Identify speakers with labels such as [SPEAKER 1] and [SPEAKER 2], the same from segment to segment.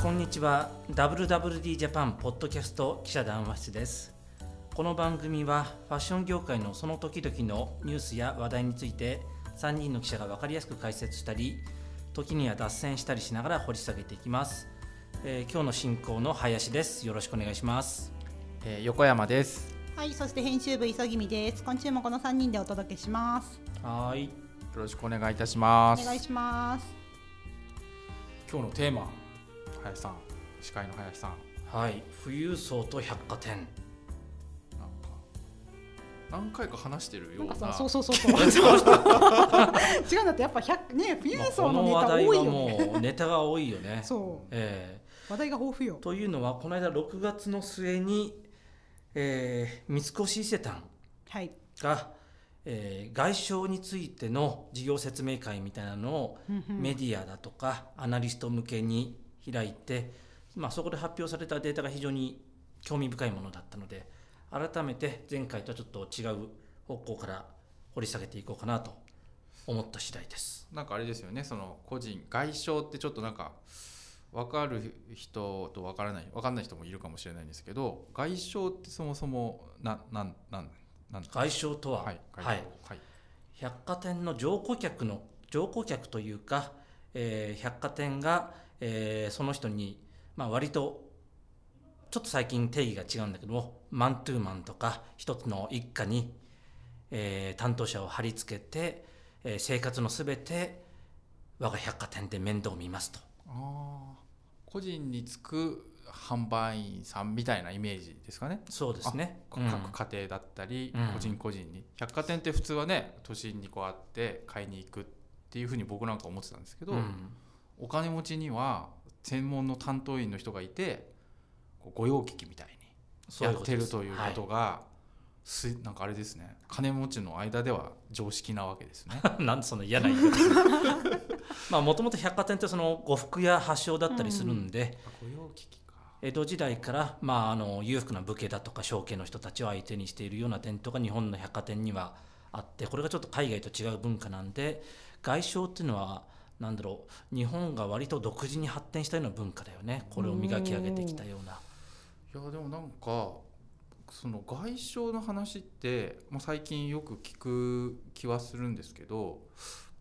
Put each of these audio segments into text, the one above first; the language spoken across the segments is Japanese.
[SPEAKER 1] こんにちは WWD ジャパンポッドキャスト記者談話室ですこの番組はファッション業界のその時々のニュースや話題について3人の記者が分かりやすく解説したり時には脱線したりしながら掘り下げていきます、えー今日の進行の林ですよろしくお願いします
[SPEAKER 2] えー横山です。
[SPEAKER 3] はい、そして編集部急ぎみです。今週もこの三人でお届けします。
[SPEAKER 1] はーい
[SPEAKER 2] よろしくお願いいたします。
[SPEAKER 3] お願いします。
[SPEAKER 2] 今日のテーマ、林さん、司会の林さん、
[SPEAKER 1] はい富裕層と百貨店
[SPEAKER 2] なんか何回か話してるよ
[SPEAKER 3] な
[SPEAKER 2] うん
[SPEAKER 3] か
[SPEAKER 2] な。
[SPEAKER 3] さ、そうそうそう そう。違うんだってやっぱ百ね富裕層のネ
[SPEAKER 1] まあ
[SPEAKER 3] タ
[SPEAKER 1] こ
[SPEAKER 3] 多いよ
[SPEAKER 1] の話題
[SPEAKER 3] ね。
[SPEAKER 1] はもうネタが多いよね
[SPEAKER 3] そう
[SPEAKER 1] えー
[SPEAKER 3] 話題が豊富よ。
[SPEAKER 1] というのはこの間6月の末に、えー三越伊勢丹
[SPEAKER 3] はい。
[SPEAKER 1] が、えー外相についての事業説明会みたいなのを
[SPEAKER 3] うんうん
[SPEAKER 1] メディアだとかアナリスト向けに開いて、まあ、そこで発表されたデータが非常に興味深いものだったので改めて前回とはちょっと違う方向から掘り下げていこうかなと思った次第です。
[SPEAKER 2] なんかあれですよね、その個人外商ってちょっとなんか分かる人と分からない、分かんない人もいるかもしれないんですけど、外商ってそもそもななんなんなんですか。
[SPEAKER 1] 外相とは、
[SPEAKER 2] はい外商
[SPEAKER 1] はい
[SPEAKER 2] はい
[SPEAKER 1] 百貨店の乗降客の乗降客というか、えー百貨店が、えーその人に、まあ、割とちょっと最近定義が違うんだけどもマントゥーマンとか一つの一家に、えー担当者を貼り付けて、えー生活のすべて我が百貨店で面倒を見ますと
[SPEAKER 2] ああ、個人につく販売員さんみたいなイメージですかね。
[SPEAKER 1] そうですね。
[SPEAKER 2] 各
[SPEAKER 1] うん
[SPEAKER 2] 家庭だったり、
[SPEAKER 1] うん
[SPEAKER 2] 個人個人に百貨店って普通はね都心にこうあって買いに行くっていうふうに僕なんか思ってたんですけど、
[SPEAKER 1] うん
[SPEAKER 2] お金持ちには専門の担当員の人がいてこう御用聞きみたいに
[SPEAKER 1] そう
[SPEAKER 2] や
[SPEAKER 1] いう
[SPEAKER 2] っ
[SPEAKER 1] こ
[SPEAKER 2] て
[SPEAKER 1] とで
[SPEAKER 2] る
[SPEAKER 1] す
[SPEAKER 2] ということがすなんかあれですね金持ちの間では常識なわけで すね。
[SPEAKER 1] なんでそんな嫌な言い方 まあもともと百貨店ってその呉服屋発祥だったりするんで、
[SPEAKER 2] 御用聞きか
[SPEAKER 1] 江戸時代から、まあ、あの裕福な武家だとか商家の人たちを相手にしているような伝統が日本の百貨店にはあってこれがちょっと海外と違う文化なんで外商っていうのはなんだろう日本が割と独自に発展したような文化だよねこれを磨き上げてきたようない
[SPEAKER 2] やでもなんかその外傷の話って、まあ、最近よく聞く気はするんですけど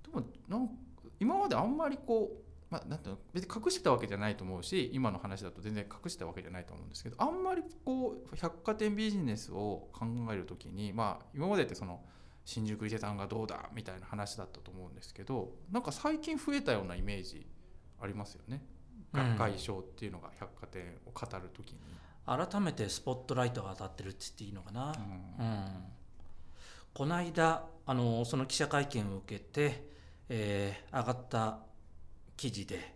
[SPEAKER 2] でもなんか今まであんまりこう、まあ、なんていうの別に隠してたわけじゃないと思うし今の話だと全然隠してたわけじゃないと思うんですけどあんまりこう百貨店ビジネスを考える時に、まあ、今までってその新宿伊勢丹がどうだみたいな話だったと思うんですけどなんか最近増えたようなイメージありますよね。
[SPEAKER 1] うん
[SPEAKER 2] 外傷っていうのが百貨店を語る時に。
[SPEAKER 1] 改めてスポットライトが当たってるって言っていいのかな、
[SPEAKER 2] うん
[SPEAKER 1] うん、この間あのその記者会見を受けて、えー上がった記事で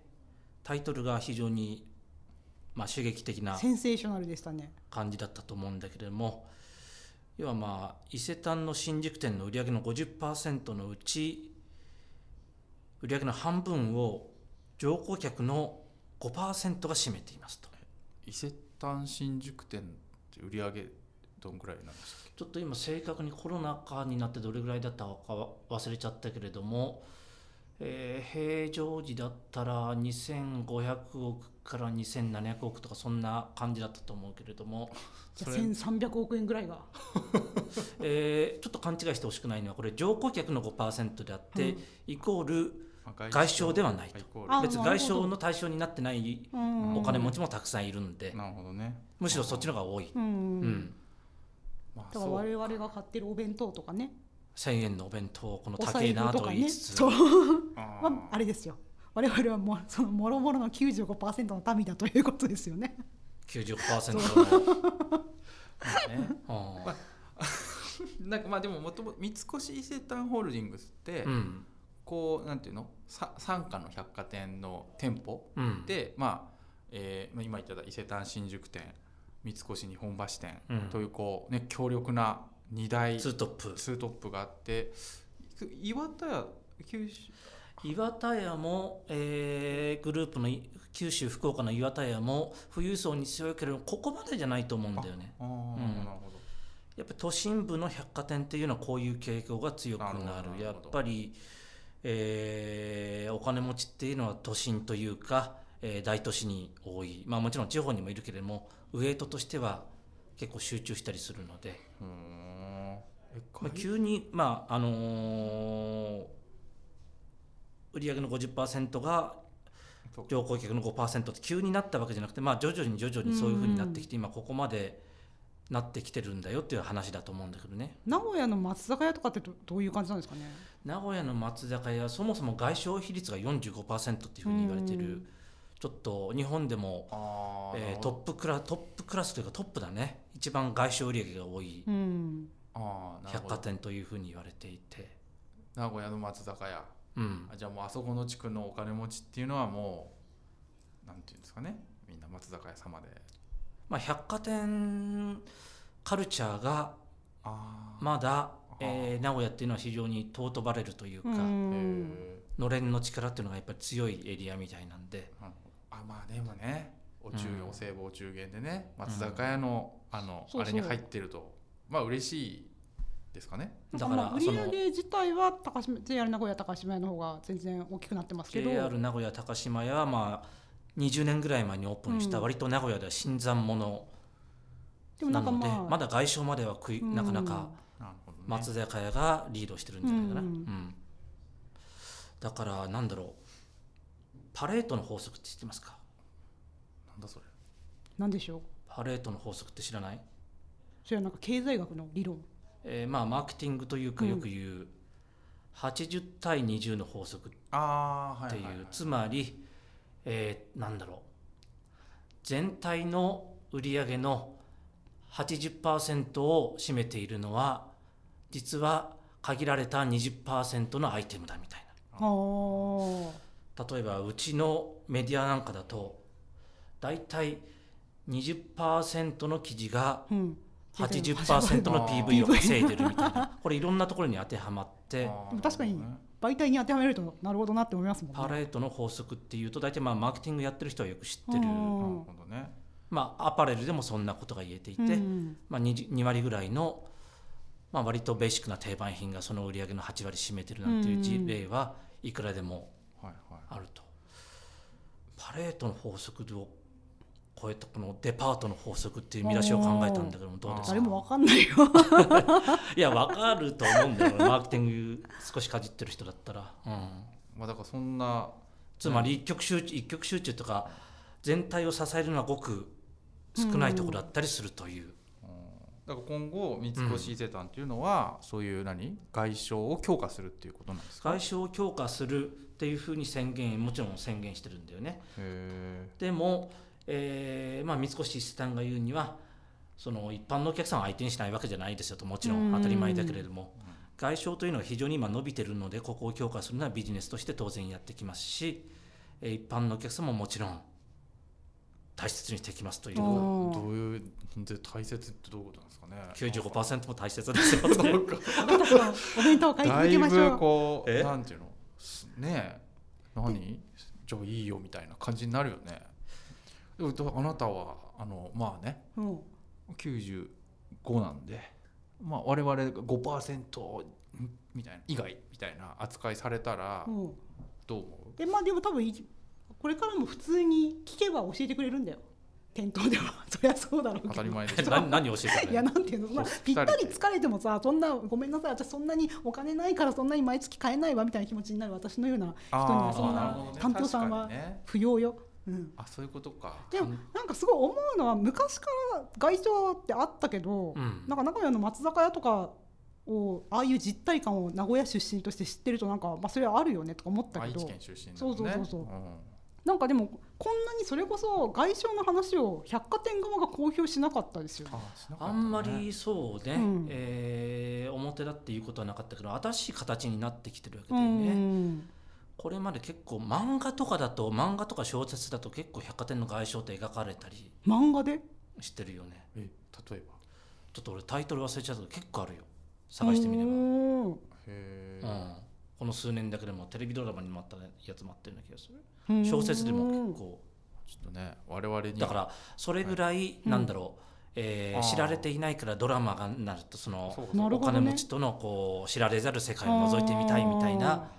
[SPEAKER 1] タイトルが非常に、まあ、刺激的な
[SPEAKER 3] センセーショナルでしたね。
[SPEAKER 1] 感じだったと思うんだけれども要はまあ伊勢丹の新宿店の売り上げの50%のうち売り上げの半分を乗降客の5%が占めていますと
[SPEAKER 2] 伊勢丹新宿店って売り上げどんくらいなんですか
[SPEAKER 1] ちょっと今正確にコロナ禍になってどれぐらいだったかは忘れちゃったけれども、えー平常時だったら2500億から2700億とかそんな感じだったと思うけれども
[SPEAKER 3] じ
[SPEAKER 2] そ
[SPEAKER 3] ゃ
[SPEAKER 2] れ
[SPEAKER 3] 千三百億円ぐらいが。
[SPEAKER 1] えーちょっと勘違いしてほしくないのはこれ乗降客の5%であって、
[SPEAKER 3] うん
[SPEAKER 1] イコール
[SPEAKER 2] あ
[SPEAKER 1] 外傷ではないと
[SPEAKER 2] イコール
[SPEAKER 3] あ
[SPEAKER 1] 別に
[SPEAKER 3] な
[SPEAKER 1] 外
[SPEAKER 3] るほ
[SPEAKER 1] 傷
[SPEAKER 3] ど
[SPEAKER 1] の対象になってない
[SPEAKER 3] うん
[SPEAKER 1] お金持ちもたくさんいるんで、
[SPEAKER 2] なるほどね
[SPEAKER 1] むしろそっちの方が多い、
[SPEAKER 3] う
[SPEAKER 1] うん
[SPEAKER 3] ん。
[SPEAKER 2] まあ
[SPEAKER 3] だから
[SPEAKER 2] そう
[SPEAKER 3] 我々が買ってるお弁当とかね、
[SPEAKER 1] 1000円のお弁当この
[SPEAKER 3] お
[SPEAKER 1] 高
[SPEAKER 3] 財
[SPEAKER 1] いな
[SPEAKER 3] 布と
[SPEAKER 1] と
[SPEAKER 3] か
[SPEAKER 1] 言い
[SPEAKER 3] ね、
[SPEAKER 1] つつ、
[SPEAKER 3] そう
[SPEAKER 2] あー
[SPEAKER 3] はあれですよ。我々はもうそのもろもろの95%の民だということですよね。
[SPEAKER 1] 90%の、
[SPEAKER 2] まあね
[SPEAKER 1] うん
[SPEAKER 2] なんかまあでももともと三越伊勢丹ホールディングスって、
[SPEAKER 1] うん
[SPEAKER 2] こうなんていうのさ傘下の百貨店の店舗
[SPEAKER 1] うん、
[SPEAKER 2] で、まあえーまあ今言った伊勢丹新宿店三越日本橋店
[SPEAKER 1] うん
[SPEAKER 2] というこう、ね、強力な2大
[SPEAKER 1] ツートップ
[SPEAKER 2] ツートップがあってく岩田屋九州
[SPEAKER 1] 岩田屋も、えーグループのい九州福岡の岩田屋も富裕層に強いけれどもここまでじゃないと思うんだよね
[SPEAKER 2] あー、
[SPEAKER 1] ん
[SPEAKER 2] なるほど
[SPEAKER 1] やっぱり都心部の百貨店っていうのはこういう傾向が強くなる
[SPEAKER 2] なるほど
[SPEAKER 1] やっぱり、えーお金持ちっていうのは都心というか、えー大都市に多い、まあ、もちろん地方にもいるけれどもウエイトとしては結構集中したりするので、
[SPEAKER 2] うーんえ
[SPEAKER 1] まあ、
[SPEAKER 2] 外
[SPEAKER 1] 急に、まああのー売上の50%が
[SPEAKER 2] そうか
[SPEAKER 1] 乗降客の5%って急になったわけじゃなくて、まあ、徐々に徐々にそういうふうになってきて、今ここまでなってきてるんだよっていう話だと思うんだけどね
[SPEAKER 3] 名古屋の松坂屋とかってどどういう感じなんですかね
[SPEAKER 1] 名古屋の松坂屋はそもそも外消費率が45%っていうふうに言われてる、
[SPEAKER 3] うん
[SPEAKER 1] ちょっと日本でも、
[SPEAKER 2] あーな
[SPEAKER 1] えー
[SPEAKER 2] るほ
[SPEAKER 1] トッ
[SPEAKER 2] ど
[SPEAKER 1] プクラトップクラスというかトップだね一番外商売上が多い
[SPEAKER 3] うん
[SPEAKER 2] あーなる
[SPEAKER 1] 百
[SPEAKER 2] ほ
[SPEAKER 1] 貨
[SPEAKER 2] ど
[SPEAKER 1] 店というふうに言われていて、
[SPEAKER 2] 名古屋の松坂屋
[SPEAKER 1] うん、
[SPEAKER 2] あじゃあもうあそこの地区のお金持ちっていうのはもうなんていうんですかねみんな松坂屋様で
[SPEAKER 1] まあ、百貨店カルチャーが
[SPEAKER 2] ああ
[SPEAKER 1] まだ
[SPEAKER 2] あ、
[SPEAKER 1] えー名古屋っていうのは非常に尊ばれるというか、
[SPEAKER 3] うん
[SPEAKER 2] え
[SPEAKER 1] のれんの力っていうのがやっぱり強いエリアみたいなんで、
[SPEAKER 2] あまあでもねお中元、
[SPEAKER 1] うん
[SPEAKER 2] お歳暮お中元でね松坂屋の、あの
[SPEAKER 3] そうそう
[SPEAKER 2] あれに入ってるとまあ嬉しいですかね
[SPEAKER 3] だ
[SPEAKER 1] だ
[SPEAKER 3] か
[SPEAKER 1] からら
[SPEAKER 3] 売り
[SPEAKER 1] そ
[SPEAKER 3] 上
[SPEAKER 1] の
[SPEAKER 3] げ自体は高島 JR 名古屋高島屋の方が全然大きくなってますけど
[SPEAKER 1] JR 名古屋高島屋はまあ20年ぐらい前にオープンした
[SPEAKER 3] うん
[SPEAKER 1] 割と名古屋では新参者
[SPEAKER 3] でも
[SPEAKER 1] な
[SPEAKER 3] な
[SPEAKER 1] ん
[SPEAKER 3] か
[SPEAKER 1] ので、
[SPEAKER 3] まあ
[SPEAKER 1] まだ外商までは食い、なかなか
[SPEAKER 2] なるほどね
[SPEAKER 1] 松坂屋がリードしてるんじゃないかな、
[SPEAKER 3] う
[SPEAKER 1] うんんだからなんだろうパレートの法則って知ってますか
[SPEAKER 2] なんだそれ
[SPEAKER 3] なんでしょう
[SPEAKER 1] パレートの法則って知らない、
[SPEAKER 3] それはなんか経済学の理論
[SPEAKER 1] えーまあマーケティングというか
[SPEAKER 3] うん
[SPEAKER 1] よく言う、80対20の法則
[SPEAKER 2] ああ
[SPEAKER 1] っ
[SPEAKER 2] は
[SPEAKER 1] て
[SPEAKER 2] い
[SPEAKER 1] い
[SPEAKER 2] は
[SPEAKER 1] う、
[SPEAKER 2] い、はい、
[SPEAKER 1] つまり、えーなんだろう全体の売り上げの80%を占めているのは実は限られた20%のアイテムだみたい
[SPEAKER 3] あー
[SPEAKER 1] な例えばうちのメディアなんかだと大体20%の記事が
[SPEAKER 3] うん
[SPEAKER 1] 80%の PV を稼いでるみたいなこれいろんなところに当てはまって
[SPEAKER 2] あー
[SPEAKER 3] でも確かに
[SPEAKER 2] なるほどね
[SPEAKER 3] 媒体に当てはめるとなるほどなって思いますもんね
[SPEAKER 1] パレートの法則っていうと大体まあマーケティングやってる人はよく知ってる
[SPEAKER 3] うん
[SPEAKER 2] なるほどね
[SPEAKER 1] まあ、アパレルでもそんなことが言えていて、
[SPEAKER 3] うん
[SPEAKER 1] まあ、2, 2割ぐらいの、まあ、割とベーシックな定番品がその売り上げの8割占めてるなんていう事例はいくらでも
[SPEAKER 2] はいはい
[SPEAKER 1] あると。パレートの法則を超えたこのデパートの法則っていう見出しを考えたんだけどもどうですか
[SPEAKER 3] 誰もわかんない よ
[SPEAKER 1] いや分かると思うんだよマーケティング少しかじってる人だったら、うん、
[SPEAKER 2] まあだからそんな
[SPEAKER 1] つまり一極集中一極集中とか全体を支えるのはごく少ないところだったりするという、
[SPEAKER 2] だから今後三越伊勢丹っていうのは、そういう何外傷を強化するっていうことなんですか
[SPEAKER 1] 外傷を強化するっていうふうに宣言もちろん宣言してるんだよね
[SPEAKER 2] へ
[SPEAKER 1] でも、えーまあ、三越伊勢丹が言うにはその一般のお客さんを相手にしないわけじゃないですよともちろ
[SPEAKER 3] うん
[SPEAKER 1] ん当たり前だけれども外傷というのは非常に今伸びてるのでここを強化するのはビジネスとして当然やってきますしえー一般のお客さんももちろん大切にしてきますとい
[SPEAKER 2] えど
[SPEAKER 1] う
[SPEAKER 3] お
[SPEAKER 2] う
[SPEAKER 3] ー
[SPEAKER 2] どういうで大切ってどういうことなんですかね
[SPEAKER 1] 95%も大切ですよ と
[SPEAKER 2] そうか
[SPEAKER 3] お弁当を買い
[SPEAKER 2] だ
[SPEAKER 3] 続
[SPEAKER 2] い
[SPEAKER 3] けましょ
[SPEAKER 2] ぶ
[SPEAKER 3] う
[SPEAKER 2] こう
[SPEAKER 1] え
[SPEAKER 2] なんていうのすねえ何じゃあいいよみたいな感じになるよねでもだあなたはあのまあね
[SPEAKER 3] うん
[SPEAKER 2] 95なんでまあ我々が5%みたいな以外みたいな扱いされたら
[SPEAKER 3] うん
[SPEAKER 2] どう思
[SPEAKER 3] でまあでも多分いこれからも普通に聞けば教えてくれるんだよ店頭では そりゃそうだろうけ
[SPEAKER 2] う
[SPEAKER 3] ど
[SPEAKER 2] 当たり前で す
[SPEAKER 1] 何何を教えてく
[SPEAKER 3] い
[SPEAKER 1] れ
[SPEAKER 3] や
[SPEAKER 1] る
[SPEAKER 3] なんていうのそんな
[SPEAKER 2] コス
[SPEAKER 3] ぴっ
[SPEAKER 2] タ
[SPEAKER 3] た
[SPEAKER 2] リカ
[SPEAKER 3] り疲れてもさそんなごめんなさい私そんなにお金ないからそんなに毎月買えないわみたいな気持ちになる私のような
[SPEAKER 2] あ
[SPEAKER 3] 人には
[SPEAKER 2] ー
[SPEAKER 1] そんな
[SPEAKER 2] あーるほどね
[SPEAKER 3] 担当さんは
[SPEAKER 2] 確かにね
[SPEAKER 3] 不要よ、うん、
[SPEAKER 2] あそういうことか
[SPEAKER 3] でもなんかすごい思うのは昔から外商ってあったけど、
[SPEAKER 1] うん
[SPEAKER 3] なんか名古屋の松坂屋とかをああいう実体感を名古屋出身として知ってるとなんか、まあ、それはあるよねとか思ったけ
[SPEAKER 2] 愛
[SPEAKER 3] ど
[SPEAKER 2] 知県出身だもんね
[SPEAKER 3] そうそうそうそうんなんかでもこんなにそれこそ外商の話を百貨店側が公表しなかったですよね。
[SPEAKER 2] あしなかったね
[SPEAKER 1] あんまりそうね、
[SPEAKER 3] うん
[SPEAKER 1] えー表だっていうことはなかったけど新しい形になってきてるわけ
[SPEAKER 3] う
[SPEAKER 1] でね、
[SPEAKER 3] ん
[SPEAKER 1] これまで結構漫画とかだと漫画とか小説だと結構百貨店の外傷って描かれたり
[SPEAKER 3] 漫画で
[SPEAKER 1] してるよね
[SPEAKER 2] え例えば
[SPEAKER 1] ちょっと俺タイトル忘れちゃうけど結構あるよ探してみれば、うん
[SPEAKER 3] ば
[SPEAKER 2] へえ、
[SPEAKER 1] この数年だけでもテレビドラマにもあったやつもあったような気がする
[SPEAKER 3] うん
[SPEAKER 1] 小説でも結構
[SPEAKER 2] ちょっとね我々に
[SPEAKER 1] だからそれぐらいなんだろう、えー
[SPEAKER 2] あー
[SPEAKER 1] 知られていないからドラマがなるとその
[SPEAKER 2] そうか
[SPEAKER 3] な
[SPEAKER 2] そ
[SPEAKER 3] る
[SPEAKER 2] う
[SPEAKER 1] お
[SPEAKER 3] ほどね
[SPEAKER 1] 金持ちとのこう知られざる世界を覗いてみたいみたいな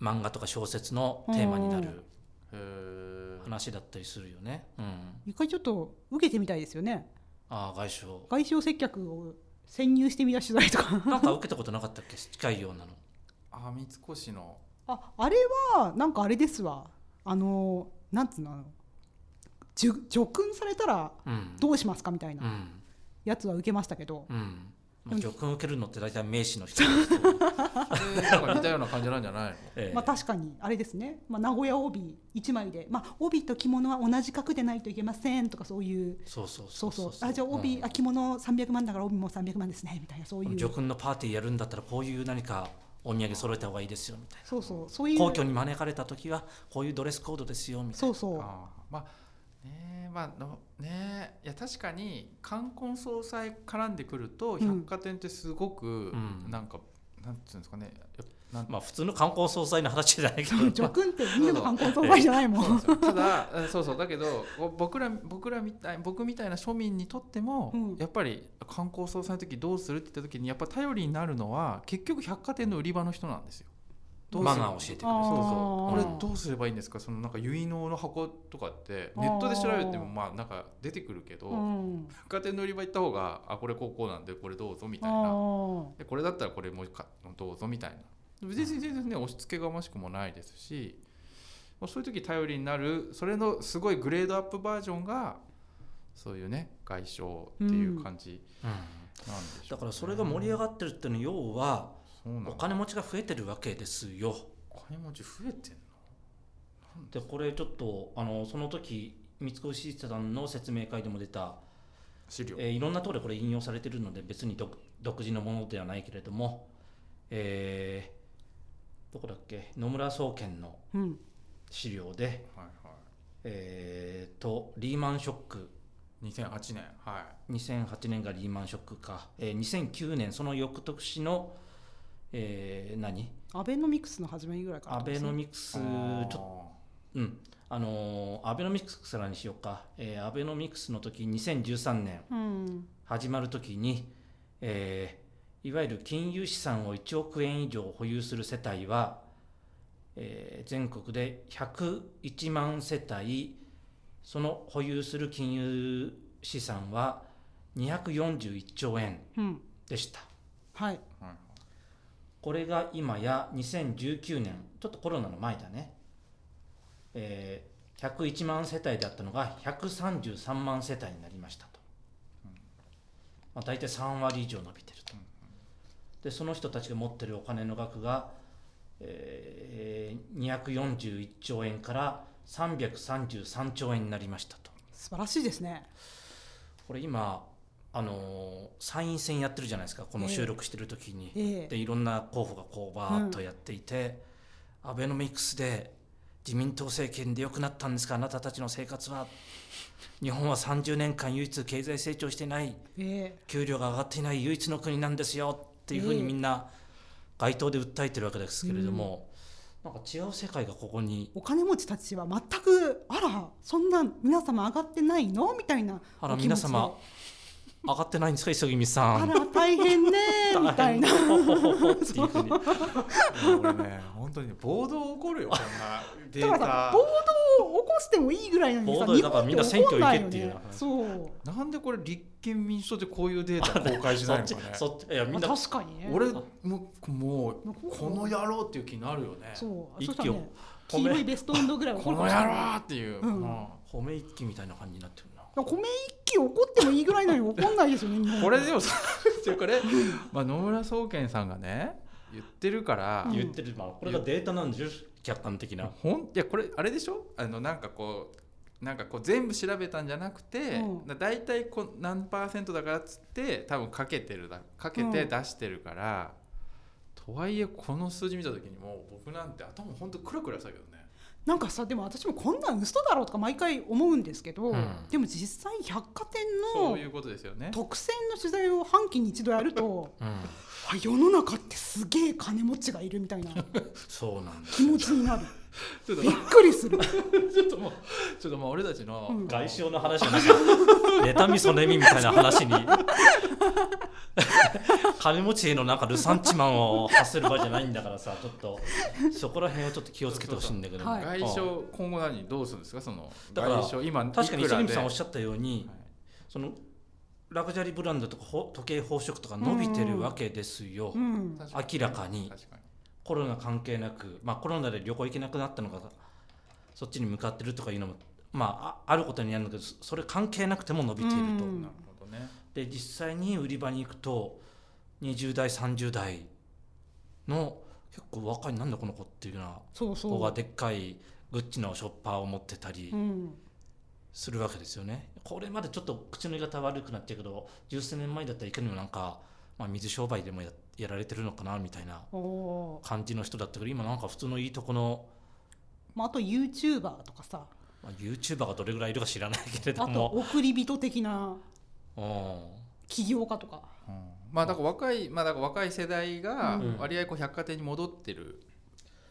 [SPEAKER 1] 漫画とか小説のテーマになる
[SPEAKER 2] かへえ
[SPEAKER 1] 話だったりするよね、うん、
[SPEAKER 3] 一回ちょっと受けてみたいですよね
[SPEAKER 1] ああ外 傷
[SPEAKER 3] 外商接客を潜入してみた取材と
[SPEAKER 1] な
[SPEAKER 3] か
[SPEAKER 1] んか受けたことなかったっけ近いようなの
[SPEAKER 2] あ三越の
[SPEAKER 3] ああれはなんかあれですわあのなんつうのあのじゅ叙勲されたら
[SPEAKER 1] うん
[SPEAKER 3] どうしますかみたいな
[SPEAKER 1] うん
[SPEAKER 3] やつは受けましたけど、
[SPEAKER 1] うんま
[SPEAKER 3] う
[SPEAKER 1] あ、
[SPEAKER 3] ん
[SPEAKER 1] 叙勲受けるのって大体名士の 人ですけど
[SPEAKER 2] それなんか似たような感じなんじゃないの
[SPEAKER 1] ええ
[SPEAKER 3] まあ、確かにあれですね、まあ、名古屋帯1枚で、まあ、帯と着物は同じ額でないといけませんとかそういう
[SPEAKER 1] そうそう
[SPEAKER 3] そ
[SPEAKER 1] そうう
[SPEAKER 3] そ
[SPEAKER 1] そう
[SPEAKER 3] あじゃあ帯、
[SPEAKER 1] うん
[SPEAKER 3] あ着物300万だから帯も300万ですねみたいなそういう
[SPEAKER 1] 叙勲のパーティーやるんだったらこういう何かお土産揃えた方がいいですよみたい
[SPEAKER 3] そうそうそうい
[SPEAKER 1] な
[SPEAKER 3] う
[SPEAKER 1] 皇居に招かれた時はこういうドレスコードですよみたいな
[SPEAKER 3] そうそ
[SPEAKER 2] あーまあねえまあのねえいや確かに冠婚葬祭絡んでくると
[SPEAKER 3] ん
[SPEAKER 2] 百貨店ってすごく
[SPEAKER 1] うん
[SPEAKER 2] なんか、なんていうんですかねやっぱなん
[SPEAKER 1] まあ普通の観光総裁の話じゃ ないけど
[SPEAKER 3] う叙勲ってみんなの観光総裁じゃないも
[SPEAKER 2] そうなん
[SPEAKER 3] ん
[SPEAKER 2] ですよただうんそうそうだけどこう僕ら僕らみたい僕みたいな庶民にとっても、
[SPEAKER 3] うん
[SPEAKER 2] やっぱり観光総裁の時どうするって言った時にやっぱ頼りになるのは結局百貨店の売り場の人なんですよ。どうす
[SPEAKER 1] マ
[SPEAKER 2] る
[SPEAKER 1] ナーを教えてくれ
[SPEAKER 3] あ
[SPEAKER 1] る
[SPEAKER 3] ー
[SPEAKER 2] そうそうこ
[SPEAKER 1] うん
[SPEAKER 2] れどうすればいいんですかそのなんか結納の箱とかってネットで調べてもまあなんか出てくるけど
[SPEAKER 3] うん
[SPEAKER 2] 百貨店の売り場行った方があこれこうこうなんでこれどうぞみたいな
[SPEAKER 3] あ
[SPEAKER 2] でこれだったらこれもかどうぞみたいな別に全然ね押し付けがましくもないですし、まあ、そういう時頼りになるそれのすごいグレードアップバージョンがそういうね外傷っていう感じ
[SPEAKER 1] うん
[SPEAKER 2] なんでしょうね、
[SPEAKER 1] だからそれが盛り上がってるっていうのは要は
[SPEAKER 2] そうなんだ
[SPEAKER 1] お金持ちが増えてるわけですよ
[SPEAKER 2] お金持ち増えてんの
[SPEAKER 1] でこれちょっとあのその時三越さんの説明会でも出た、
[SPEAKER 2] 資料、
[SPEAKER 1] えーいろんなところでこれ引用されてるので別に独独自のものではないけれども、えーどこだっけ野村総研の
[SPEAKER 3] ーうん
[SPEAKER 1] 資料で、
[SPEAKER 2] はいは
[SPEAKER 1] えーとリーマンショック
[SPEAKER 2] い、2008年は
[SPEAKER 1] 2008年がリーマンショックか、えー2009年その翌年の、えー何
[SPEAKER 3] アベノミクスの初めぐらいから
[SPEAKER 1] アベノミクス
[SPEAKER 2] い
[SPEAKER 1] ちょっとうんあのーアベノミクスらにしようか、えーアベノミクスの時2013年
[SPEAKER 3] うん
[SPEAKER 1] 始まる時に、えーいわゆる金融資産を1億円以上保有する世帯は、えー全国で101万世帯その保有する金融資産は241兆円
[SPEAKER 3] うん
[SPEAKER 1] でした
[SPEAKER 3] はい
[SPEAKER 2] はいはい
[SPEAKER 1] これが今や2019年ちょっとコロナの前だね、えー101万世帯だったのが133万世帯になりましたと、まあ、大体3割以上伸びてると、でその人たちが持ってるお金の額が、えー241兆円から333兆円になりましたと
[SPEAKER 3] 素晴らしいですね
[SPEAKER 1] これ今あのー参院選やってるじゃないですかこの収録してる時に、
[SPEAKER 3] え
[SPEAKER 1] で
[SPEAKER 3] え
[SPEAKER 1] いろんな候補がこうバーッとやっていて、アベノミクスで自民党政権で良くなったんですかあなたたちの生活は日本は30年間唯一経済成長していない
[SPEAKER 3] え
[SPEAKER 1] 給料が上がっていない唯一の国なんですよっていうふう
[SPEAKER 3] え
[SPEAKER 1] に
[SPEAKER 3] え
[SPEAKER 1] みんな街頭で訴えてるわけですけれども、なんか違う世界がここに
[SPEAKER 3] お金持ちたちは全くあらそんな皆様上がってないのみたいな
[SPEAKER 1] あら
[SPEAKER 3] お気持
[SPEAKER 1] 皆
[SPEAKER 3] ちで
[SPEAKER 1] 様上がってないんですか磯君さん。
[SPEAKER 3] あら大変ねみたい な
[SPEAKER 1] 大変だっていうふうに
[SPEAKER 2] いや俺ね本当にね暴動起こるよこんな デ
[SPEAKER 3] だか
[SPEAKER 2] ー
[SPEAKER 3] らさ
[SPEAKER 2] タ
[SPEAKER 3] 暴動を起こしてもいいぐらいなのにさ
[SPEAKER 1] 暴動だから
[SPEAKER 3] 日本って怒ないよね
[SPEAKER 1] みんな選挙行けっていう
[SPEAKER 3] そう
[SPEAKER 2] なんでこれ立憲民主党ってこういうデータ公開し
[SPEAKER 1] そ
[SPEAKER 2] ない
[SPEAKER 1] っ
[SPEAKER 2] の
[SPEAKER 1] ち
[SPEAKER 2] かね
[SPEAKER 1] そっちいやみんな
[SPEAKER 3] まあ確かにね
[SPEAKER 2] 俺もうもう
[SPEAKER 3] こ
[SPEAKER 2] この野郎っていう気になるよね
[SPEAKER 3] そう
[SPEAKER 1] 一挙
[SPEAKER 3] そしたらね黄色いベストエンドぐらい
[SPEAKER 2] こ
[SPEAKER 3] 怒る
[SPEAKER 2] の
[SPEAKER 3] かもしれ
[SPEAKER 2] 野
[SPEAKER 3] な
[SPEAKER 2] 郎っていう、
[SPEAKER 3] うん
[SPEAKER 2] うん
[SPEAKER 1] 褒め一揆みたいな感じになってるな。
[SPEAKER 3] い米一揆怒ってもいいぐらいなのに怒んないですよね日 本
[SPEAKER 2] これでもさこれ、まあ、野村総研さんがね言ってるから、
[SPEAKER 3] うん
[SPEAKER 1] 言ってる、まあ、これがデータなんでしょ客観的な。
[SPEAKER 2] ほんいやこれあれでしょあのなんかこうなんかこう全部調べたんじゃなくて、
[SPEAKER 3] うん
[SPEAKER 2] だ大体こう何パーセントだからっつって多分かけてるだかけて
[SPEAKER 3] うん
[SPEAKER 2] 出してるから、とはいえこの数字見た時にもう僕なんて頭ほんとクラクラしたけどね
[SPEAKER 3] なんかさでも私もこんなん嘘だろうとか毎回思うんですけど、
[SPEAKER 1] うん
[SPEAKER 3] でも実際百貨店
[SPEAKER 2] そう
[SPEAKER 3] の
[SPEAKER 2] いうことですよね。
[SPEAKER 3] 特選の取材を半期に一度やると
[SPEAKER 1] うん、
[SPEAKER 3] あ世の中ってすげえ金持ちがいるみたいな
[SPEAKER 1] そうなんだ。
[SPEAKER 3] 気持ちになる
[SPEAKER 2] ちょっと
[SPEAKER 3] びっくりする。
[SPEAKER 2] ちょっともうちょっとまあ俺たちの、
[SPEAKER 3] うん
[SPEAKER 1] 外傷の話じゃなくて妬みそねみみたいな話に金持ちのなんかルサンチマンを発せる場合じゃないんだからさちょっとそこら辺をちょっと気をつけてほしいんだけども、
[SPEAKER 3] はい
[SPEAKER 2] 外傷今後何どうするんですかその
[SPEAKER 1] だから
[SPEAKER 2] 外傷今
[SPEAKER 1] 確かに
[SPEAKER 2] いく
[SPEAKER 1] 磯
[SPEAKER 2] ら
[SPEAKER 1] ミ
[SPEAKER 2] で
[SPEAKER 1] さんおっしゃったように、
[SPEAKER 2] はい
[SPEAKER 1] そのラグジュアリーブランドとかほ時計宝飾とか伸びてるわけですよ、
[SPEAKER 3] うん。
[SPEAKER 1] 明らかに
[SPEAKER 2] 確かに
[SPEAKER 1] コロナ関係なく、まあ、コロナで旅行行けなくなったのがそっちに向かってるとかいうのも、まあ、ああることになるんだけどそそれ関係なくても伸びていると、
[SPEAKER 3] うん
[SPEAKER 2] なるほどね
[SPEAKER 1] で実際に売り場に行くと20代30代の結構若いなんだこの子っていうような
[SPEAKER 3] そうそう。
[SPEAKER 1] 子がでっかいグッチのショッパーを持ってたり
[SPEAKER 3] うん。
[SPEAKER 1] するわけですよね、これまでちょっと口の言い方悪くなっちゃうけど十数年前だったらいかにもなんか、まあ、水商売でもややられてるのかなみたいな
[SPEAKER 3] おおー。
[SPEAKER 1] 感じの人だったけど今なんか普通のいいとこの、
[SPEAKER 3] まああとユーチューバーとかさ、
[SPEAKER 1] まあ、YouTuber がどれぐらいいるか知らないけれど
[SPEAKER 3] あと
[SPEAKER 1] も
[SPEAKER 3] 送り人的な
[SPEAKER 1] うん
[SPEAKER 3] 起業家とか。
[SPEAKER 2] うんまあだから若いまあだから若い世代が
[SPEAKER 1] うん
[SPEAKER 2] 割合こう百貨店に戻ってる、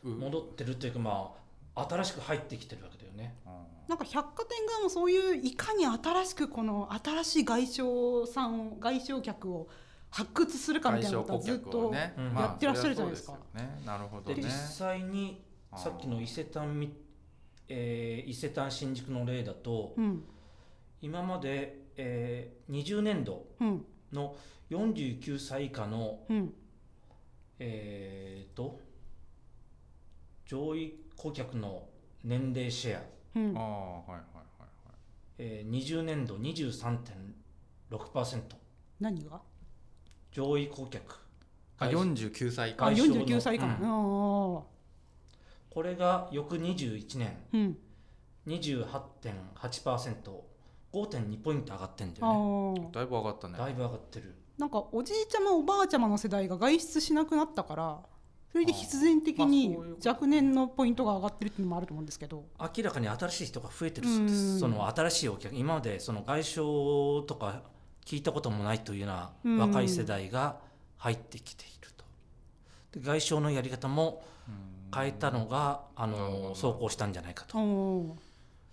[SPEAKER 2] うん
[SPEAKER 1] 戻ってるというかまあ新しく入ってきてるわけだよね。
[SPEAKER 2] うん
[SPEAKER 3] なんか百貨店側もそういういかに新しくこの新しい外商さんを外商客を発掘するかみたいなことはずっと、
[SPEAKER 1] ずっと
[SPEAKER 3] やってらっしゃるじゃないですか
[SPEAKER 2] まあそりゃそうですよねなるほど
[SPEAKER 1] で
[SPEAKER 2] ね
[SPEAKER 1] 実際に
[SPEAKER 2] あー
[SPEAKER 1] さっきの伊勢丹み、えー伊勢丹新宿の例だと
[SPEAKER 3] うん
[SPEAKER 1] 今まで、えー20年度
[SPEAKER 3] うん
[SPEAKER 1] の49歳以下の
[SPEAKER 3] うん
[SPEAKER 1] えーと上位顧客の年齢シェア、
[SPEAKER 3] うん
[SPEAKER 2] ああはいはいはいはい
[SPEAKER 1] えー20年度23.6%
[SPEAKER 3] 何が
[SPEAKER 1] 上位顧客
[SPEAKER 2] あ49歳以
[SPEAKER 3] あ
[SPEAKER 2] 下
[SPEAKER 1] 外商の
[SPEAKER 3] 49歳以下
[SPEAKER 1] うん
[SPEAKER 3] の、
[SPEAKER 1] これが翌21年
[SPEAKER 3] うんうん
[SPEAKER 1] 28.8%5.2ポイント上がってんだ
[SPEAKER 3] あ
[SPEAKER 1] よね
[SPEAKER 3] ー
[SPEAKER 2] だいぶ上がったね
[SPEAKER 1] だいぶ上がってる
[SPEAKER 3] なんかおじいちゃまおばあちゃまの世代が外出しなくなったからそれで必然的に
[SPEAKER 2] あーまあそういうこと
[SPEAKER 3] 若年のポイントが上がってるっていうのもあると思うんですけど、
[SPEAKER 1] 明らかに新しい人が増えてる
[SPEAKER 3] うん
[SPEAKER 1] ですその新しいお客今までその外傷とか聞いたこともないというよう
[SPEAKER 3] うん
[SPEAKER 1] な若い世代が入ってきていると。で外傷のやり方も
[SPEAKER 2] うん
[SPEAKER 1] 変えたのが、あ
[SPEAKER 2] なるほど
[SPEAKER 1] の走行したんじゃないかと、
[SPEAKER 3] うん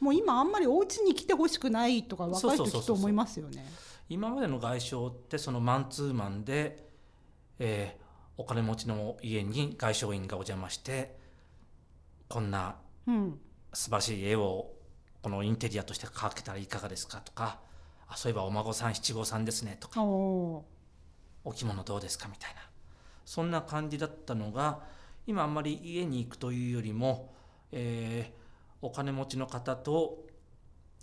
[SPEAKER 3] もう今あんまりお家に来てほしくないとか若い
[SPEAKER 1] そう
[SPEAKER 3] 人
[SPEAKER 1] そ
[SPEAKER 3] き
[SPEAKER 1] うそう
[SPEAKER 3] っ
[SPEAKER 1] そ
[SPEAKER 3] と
[SPEAKER 1] う
[SPEAKER 3] 思いますよね。
[SPEAKER 1] 今までの外傷ってそのマンツーマンで、えーお金持ちの家に外傷員がお邪魔してこんな
[SPEAKER 3] うん
[SPEAKER 1] 素晴らしい絵をこのインテリアとして描けたらいかがですかとかあそういえばお孫さん七五三ですねとか
[SPEAKER 3] おー
[SPEAKER 1] お着物どうですかみたいなそんな感じだったのが今あんまり家に行くというよりも、えーお金持ちの方と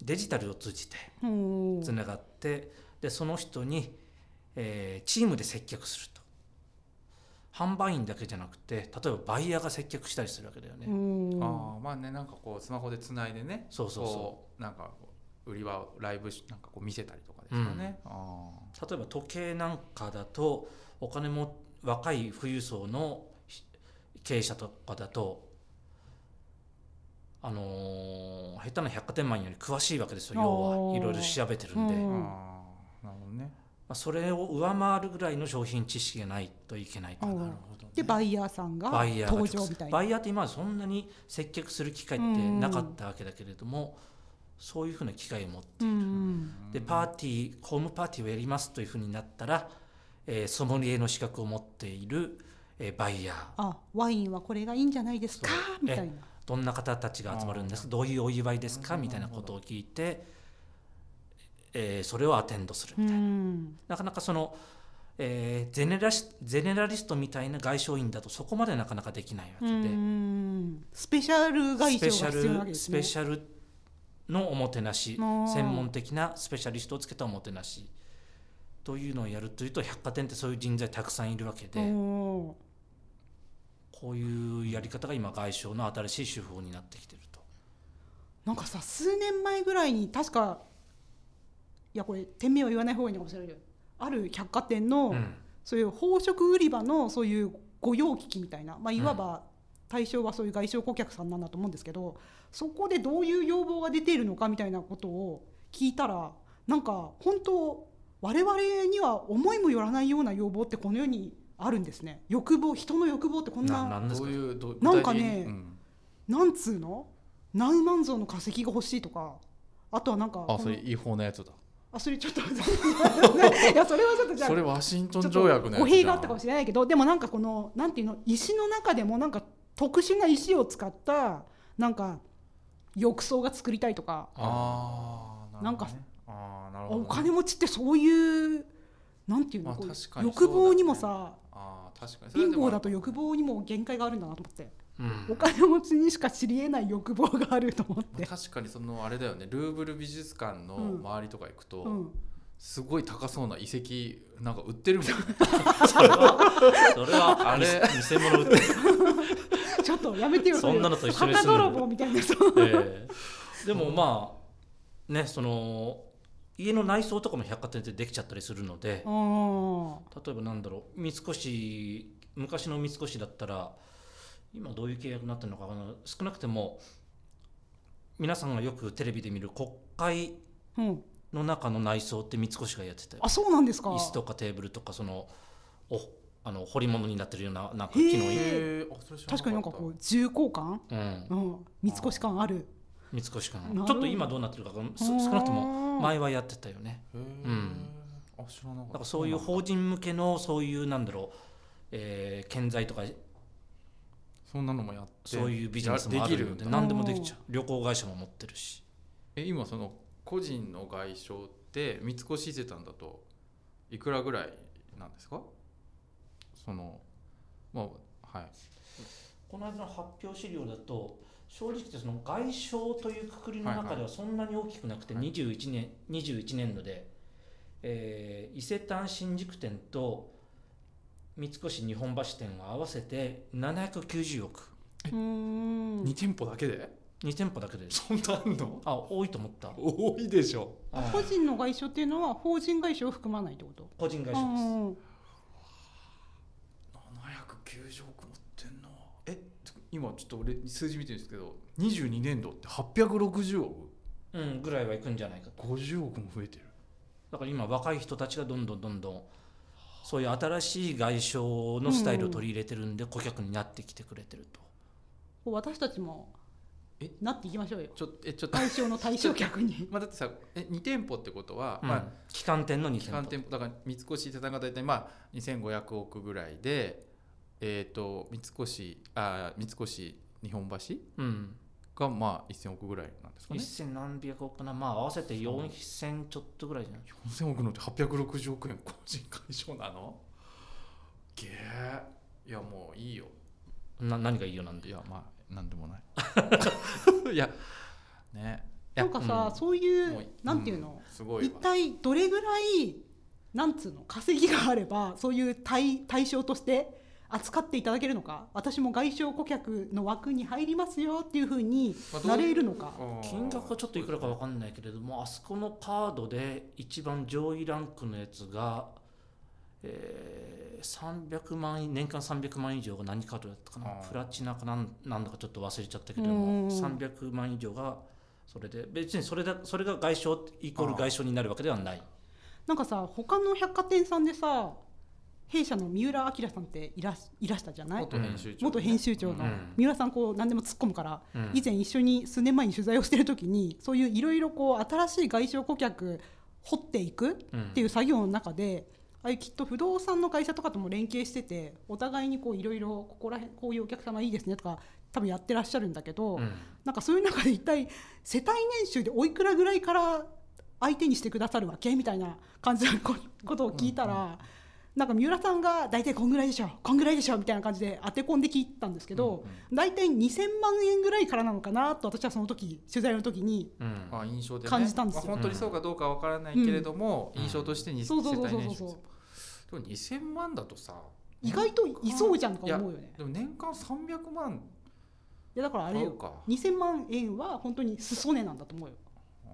[SPEAKER 1] デジタルを通じて
[SPEAKER 3] うん
[SPEAKER 1] つながってでその人に、えーチームで接客すると販売員だけじゃなくて例えばバイヤーが接客したりするわけだよね、
[SPEAKER 3] うん
[SPEAKER 2] ああまあねなんかこうスマホでつないでね
[SPEAKER 1] そうそうそ
[SPEAKER 2] こうなんかこう売り場をライブしなんかこう見せたりとかですよね、ああ
[SPEAKER 1] う例えば時計なんかだとお金も若い富裕層のひ経営者とかだとあのー下手な百貨店マンより詳しいわけですよ要
[SPEAKER 3] お
[SPEAKER 1] は
[SPEAKER 3] ー
[SPEAKER 1] いろいろ調べてるんで、
[SPEAKER 3] うん
[SPEAKER 1] ま
[SPEAKER 2] ああなるほどね。
[SPEAKER 1] あ、それを上回るぐらいの商品知識がないといけないかな、
[SPEAKER 3] うん
[SPEAKER 2] ほどね
[SPEAKER 3] でバイヤーさんが
[SPEAKER 1] バイヤーが
[SPEAKER 3] 登
[SPEAKER 1] 直接
[SPEAKER 3] 場みたいな。
[SPEAKER 1] バイヤーって今までそんなに接客する機会ってなかったわけだけれども、そういうふうな機会を持って、
[SPEAKER 3] うん
[SPEAKER 1] でパーティーホームパーティーをやりますというふうになったら、えーソムリエの資格を持っている、えーバイヤー
[SPEAKER 3] あワインはこれがいいんじゃないですか
[SPEAKER 1] そう
[SPEAKER 3] みたいな。
[SPEAKER 1] どんな方たちが集まるんですかどういうお祝いですかみたいなことを聞いて、えーそれをアテンドするみたいな。
[SPEAKER 3] うん
[SPEAKER 1] なかなかその、えーゼネラシゼネラリストみたいな外商員だとそこまでなかなかできないわけ
[SPEAKER 3] う
[SPEAKER 1] で、
[SPEAKER 3] んスペシャル外
[SPEAKER 1] スペ
[SPEAKER 3] 傷
[SPEAKER 1] シ
[SPEAKER 3] が
[SPEAKER 1] ャ
[SPEAKER 3] 必要なわけ
[SPEAKER 1] ル
[SPEAKER 3] で
[SPEAKER 1] ス
[SPEAKER 3] すね
[SPEAKER 1] ペ。シャルのおもてなし
[SPEAKER 3] あー
[SPEAKER 1] 専門的なスペシャリストをつけたおもてなしというのをやるというと百貨店ってそういう人材たくさんいるわけで、
[SPEAKER 3] おー
[SPEAKER 1] こういうやり方が今外商の新しい手法になってきてると。
[SPEAKER 3] なんかさ数年前ぐらいに確かいやこれ店名は言わない方がいいのかもしれないけどある百貨店の、
[SPEAKER 1] うん
[SPEAKER 3] そういう宝飾売り場のそういう御用聞きみたいな、まあ、いわば対象はそういう外商顧客さんなんだと思うんですけど、そこでどういう要望が出ているのかみたいなことを聞いたらなんか本当我々には思いもよらないような要望ってこの世にあるんですね欲望人の欲望ってこんな
[SPEAKER 1] ななんです
[SPEAKER 2] ど
[SPEAKER 1] か
[SPEAKER 2] ういうど
[SPEAKER 3] なんかね
[SPEAKER 2] 具体的にうん
[SPEAKER 3] なんつうのナウマンゾウの化石が欲しいとかあとはなんかこ
[SPEAKER 2] あ
[SPEAKER 3] の
[SPEAKER 2] それ違法なやつだ
[SPEAKER 3] あそれちょっと いやそれはちょっとじゃあ
[SPEAKER 2] それワシント
[SPEAKER 3] ちょ
[SPEAKER 2] ン
[SPEAKER 3] っと
[SPEAKER 2] 条約のやつじゃん
[SPEAKER 3] 語弊があったかもしれないけどでもなんかこのなんていうの石の中でもなんか特殊な石を使ったなんか浴槽が作りたいとか、
[SPEAKER 2] ああ
[SPEAKER 3] なんか
[SPEAKER 2] あーなるほどね
[SPEAKER 3] お金持ちってそういうなんていうの、
[SPEAKER 2] まあ
[SPEAKER 3] こう
[SPEAKER 2] 確かに
[SPEAKER 3] 欲望にも
[SPEAKER 2] そう
[SPEAKER 3] さ、
[SPEAKER 2] あー確かにそれ
[SPEAKER 3] 貧
[SPEAKER 2] でも
[SPEAKER 3] 乏だと欲望にも限界があるんだなと思って、
[SPEAKER 1] うん
[SPEAKER 3] お金持ちにしか知りえない欲望があると思っ
[SPEAKER 2] まあ
[SPEAKER 3] て、
[SPEAKER 2] 確かにそのあれだよねルーブル美術館の
[SPEAKER 3] うん
[SPEAKER 2] 周りとか行くと、
[SPEAKER 3] うん、
[SPEAKER 2] すごい高そうな遺跡なんか売ってるみたいな
[SPEAKER 1] それはそれは
[SPEAKER 2] あ
[SPEAKER 1] あ
[SPEAKER 2] れ
[SPEAKER 1] れ 偽物売ってる、
[SPEAKER 3] ちょっとやめてよ
[SPEAKER 1] そんなのと一緒に
[SPEAKER 3] 墓
[SPEAKER 1] 住んでる
[SPEAKER 3] 泥棒みたいなそう
[SPEAKER 1] ええでもまあねその家の内装とかも百貨店でできちゃったりするので
[SPEAKER 3] あ
[SPEAKER 1] 例えばなんだろう三越昔の三越だったら今どういう契約になってるのかわからない少なくても皆さんがよくテレビで見る国会
[SPEAKER 3] ー、うん、
[SPEAKER 1] の中の内装って三越がやってて
[SPEAKER 3] あそうなんですか
[SPEAKER 1] 椅子とかテーブルとかそのおあの彫り物になってるようななんか
[SPEAKER 3] へえ
[SPEAKER 1] 機能いい、
[SPEAKER 2] へーあそれ知ら
[SPEAKER 3] 確かになんかこう重厚感、
[SPEAKER 1] うん
[SPEAKER 3] う、ん、三越感ある
[SPEAKER 1] 三越
[SPEAKER 3] なるほ
[SPEAKER 1] 館
[SPEAKER 3] ど
[SPEAKER 1] ちょっと今どうなってるかがす少なくとも
[SPEAKER 3] も
[SPEAKER 1] 前はやってたよね
[SPEAKER 2] う
[SPEAKER 1] うん
[SPEAKER 2] あ知らなかった
[SPEAKER 1] だからそういう法人向けのそういうなんだろう、えー、建材とか
[SPEAKER 2] そんなのもやって
[SPEAKER 1] そういうビジネスもある
[SPEAKER 2] やで
[SPEAKER 1] の
[SPEAKER 2] き
[SPEAKER 1] で
[SPEAKER 2] るんだ
[SPEAKER 1] 何でもできちゃう旅行会社も持ってるし
[SPEAKER 2] え今その個人の外傷って三越伊勢丹だといくらぐらいなんですかそのまあはい
[SPEAKER 1] この間の発表資料だと正直言ってその外傷というくくりの
[SPEAKER 2] はい
[SPEAKER 1] 中
[SPEAKER 2] は
[SPEAKER 1] ではそんなに大きくなくて
[SPEAKER 2] はい
[SPEAKER 1] 21年21年度で、えー伊勢丹新宿店と三越日本橋店を合わせて790億
[SPEAKER 3] うーん
[SPEAKER 2] 二店舗だけで
[SPEAKER 1] 2店舗だけで
[SPEAKER 2] そんなあんの
[SPEAKER 1] あ多いと思った
[SPEAKER 2] 多いでしょ
[SPEAKER 1] はい
[SPEAKER 3] 個人の外傷っていうのは法人外傷を含まないってこと
[SPEAKER 1] 個人会社です
[SPEAKER 2] 790億持ってんなえ今ちょっと俺数字見てるんですけど22年度って860億
[SPEAKER 1] うん、ぐらいはいくんじゃないかと
[SPEAKER 2] 50億も増えてる
[SPEAKER 1] だから今若い人たちがどんどんどんどんそういう新しい外商のスタイルを取り入れてるんで顧客になってきてくれてると、
[SPEAKER 3] うん私たちも
[SPEAKER 2] え
[SPEAKER 3] なっていきましょうよ
[SPEAKER 2] ちょっとえちょっと
[SPEAKER 3] 外傷の対象客に
[SPEAKER 2] まあだってさえ二店舗ってことは、
[SPEAKER 1] うん
[SPEAKER 2] まあ
[SPEAKER 1] 旗艦店の2
[SPEAKER 2] 期
[SPEAKER 1] 店
[SPEAKER 2] 間
[SPEAKER 1] 舗
[SPEAKER 2] 店舗だから三越伊勢丹が大体まあ2500億ぐらいでえっ、と三越あー三越日本
[SPEAKER 1] うん
[SPEAKER 2] 橋がまあ1000億ぐらいなんですかね
[SPEAKER 1] 1000何百億かなまあ合わせて4000ちょっとぐらいじゃない
[SPEAKER 2] 4000億のって860億円個人解消なのげえいやもういいよ
[SPEAKER 1] な何がいいよなんで
[SPEAKER 2] いやまあなんでもない いやね
[SPEAKER 3] なんかさ、
[SPEAKER 1] うん
[SPEAKER 3] そうい
[SPEAKER 2] も
[SPEAKER 3] うなんていうの、
[SPEAKER 2] んすごい
[SPEAKER 3] 一
[SPEAKER 2] わ
[SPEAKER 3] 体どれぐらいなんつうの稼ぎがあればそういう対対象として扱っていただけるのか私も外傷顧客の枠に入りますよっていうふうに
[SPEAKER 2] まあどう
[SPEAKER 3] なれるのか、
[SPEAKER 2] あー
[SPEAKER 1] 金額はちょっといくらか分かんないけれどもあそこのカードで一番上位ランクのやつが、えー300万円年間300万以上が何カードだったかな
[SPEAKER 2] あー
[SPEAKER 1] プラチナかなんなんだかちょっと忘れちゃったけれど
[SPEAKER 3] うんう
[SPEAKER 1] も
[SPEAKER 3] んうん
[SPEAKER 1] 300万以上がそれで別にそれだそれが外傷イコール外傷になるわけではない
[SPEAKER 3] なんかさ他の百貨店さんでさ弊社の三浦明さんっていらしいらしたじゃない
[SPEAKER 2] 元編集長
[SPEAKER 3] 元編集長の
[SPEAKER 1] うん
[SPEAKER 3] 三浦さんこう何でも突っ込むから、
[SPEAKER 1] うん
[SPEAKER 3] 以前一緒に数年前に取材をしてる時にそういういろいろこう新しい外商顧客掘っていくっていう作業の中で、ああいうきっと不動産の会社とかとも連携しててお互いにこういろいろここら辺こういうお客様いいですねとか多分やってらっしゃるんだけど、
[SPEAKER 1] うん
[SPEAKER 3] なんかそういう中で一体世帯年収でおいくらぐらいから相手にしてくださるわけみたいな感じのこことを聞いたら、なんか三浦さんが大体こんぐらいでしょこんぐらいでしょみたいな感じで当て込んで聞いたんですけど、
[SPEAKER 2] うん
[SPEAKER 3] 大体2000万円ぐらいからなのかなと私はその時取材の時に
[SPEAKER 1] うん
[SPEAKER 2] まあ、印象で、ね、
[SPEAKER 3] 感じたんですよ
[SPEAKER 2] まあ本当にそうかどうかわからないけれども、
[SPEAKER 1] うん
[SPEAKER 2] 印象としてに世
[SPEAKER 3] そう
[SPEAKER 2] 帯
[SPEAKER 3] そうそうそう
[SPEAKER 2] 年収
[SPEAKER 3] そう
[SPEAKER 2] でも2000万だとさ
[SPEAKER 3] 意外といそうじゃんとか思うよねいや
[SPEAKER 2] でも年間300万
[SPEAKER 3] だからあれ
[SPEAKER 2] 買
[SPEAKER 3] よ
[SPEAKER 2] うか
[SPEAKER 3] 2000万円は本当に裾値なんだと思うよ
[SPEAKER 2] あ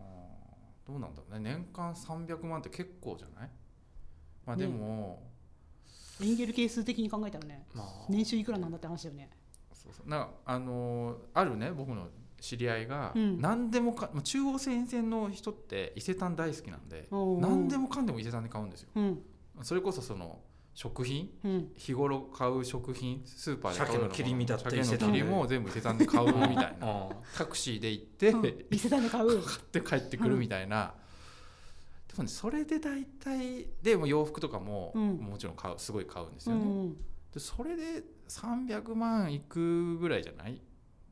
[SPEAKER 2] ーどうなんだろうね年間300万って結構じゃないまあでも、
[SPEAKER 3] エンゲル係数的に考えたらね
[SPEAKER 1] まあ
[SPEAKER 3] 年収いくらなんだって話だよね
[SPEAKER 2] そうそうなんかあのーあるね僕の知り合いが、
[SPEAKER 3] うん
[SPEAKER 2] 何でもかまあ中央線沿線の人って伊勢丹大好きなんで
[SPEAKER 3] おー
[SPEAKER 2] 何でもかんでも伊勢丹で買うんですよ
[SPEAKER 3] うん
[SPEAKER 2] それこそその食品
[SPEAKER 3] うん、
[SPEAKER 2] 日頃買う食品スーパーで買うようなも
[SPEAKER 1] 鮭の切り身だったりして
[SPEAKER 2] 鮭
[SPEAKER 1] た
[SPEAKER 2] の
[SPEAKER 1] ん
[SPEAKER 2] 切
[SPEAKER 1] で
[SPEAKER 2] りも全部伊勢丹で買うみたいな
[SPEAKER 1] ああ
[SPEAKER 2] タクシーで行って、
[SPEAKER 3] うん
[SPEAKER 2] 買
[SPEAKER 3] 伊勢丹で買う
[SPEAKER 2] って帰ってくるみたいな、でもねそれで大体でもう洋服とかも、
[SPEAKER 3] うん
[SPEAKER 2] もちろん買うすごい買うんです
[SPEAKER 3] う
[SPEAKER 2] よね、
[SPEAKER 3] ん、
[SPEAKER 2] でそれで300万いくぐらいじゃない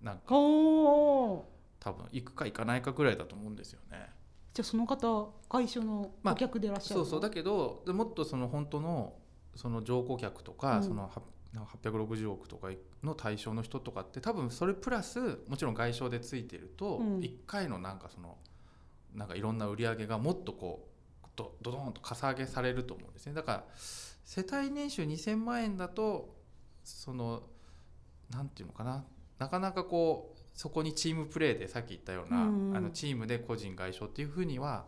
[SPEAKER 2] なんか
[SPEAKER 3] おー
[SPEAKER 2] 多分行くか行かないかぐらいだと思うんですよね。
[SPEAKER 3] じゃあその方外商の
[SPEAKER 2] まあ
[SPEAKER 3] 顧客でいらっしゃる
[SPEAKER 2] そ
[SPEAKER 3] の、
[SPEAKER 2] うそうだけどでもっとその本当のその乗降客とか、
[SPEAKER 3] うん
[SPEAKER 2] そのはなんか860億とかの対象の人とかって多分それプラスもちろん外傷でついてると、
[SPEAKER 3] うん
[SPEAKER 2] 1回のなんかそのなんかいろんな売り上げがもっとこうドドドーンとかさ上げされると思うんですねだから世帯年収2000万円だとそのなんていうのかななかなかこうそこにチームプレーでさっき言ったような、
[SPEAKER 3] うんうん
[SPEAKER 2] あのチームで個人外傷っていうふうには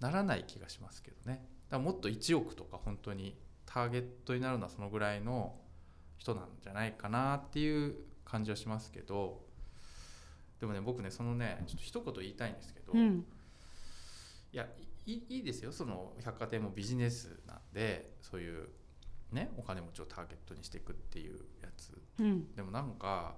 [SPEAKER 2] ならない気がしますけどねだからもっと1億とか本当にターゲットになるのはそのぐらいの人なんじゃないかなっていう感じはしますけどでもね僕ねそのねちょっと一言言いたいんですけど、い
[SPEAKER 3] ん、
[SPEAKER 2] やいいいいですよその百貨店もビジネスなんでそういうねお金持ちをターゲットにしていくっていうやつ
[SPEAKER 3] うん、
[SPEAKER 2] でもなんか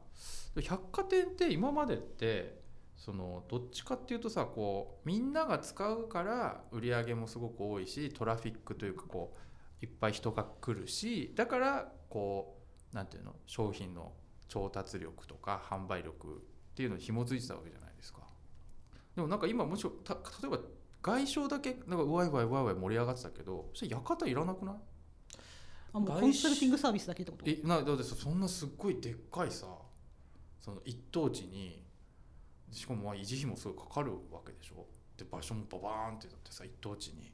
[SPEAKER 2] 百貨店って今までってそのどっちかっていうとさこうみんなが使うから売り上げもすごく多いしトラフィックというかこういっぱい人が来るしだからこうなんていうの商品の調達力とか販売力っていうのに紐づいてたわけじゃないですか。でもなんか今もしろた例えば外商だけなんかワイワイワイワイ盛り上がってたけどそれ館いらなくない
[SPEAKER 3] あもう
[SPEAKER 1] 外商
[SPEAKER 3] コンサルティングサービスだけってこと
[SPEAKER 2] えなだってさそんなすっごいでっかいさその一等地にしかもまあ維持費もすごいかかるわけでしょで場所もババーンってだってさ一等地に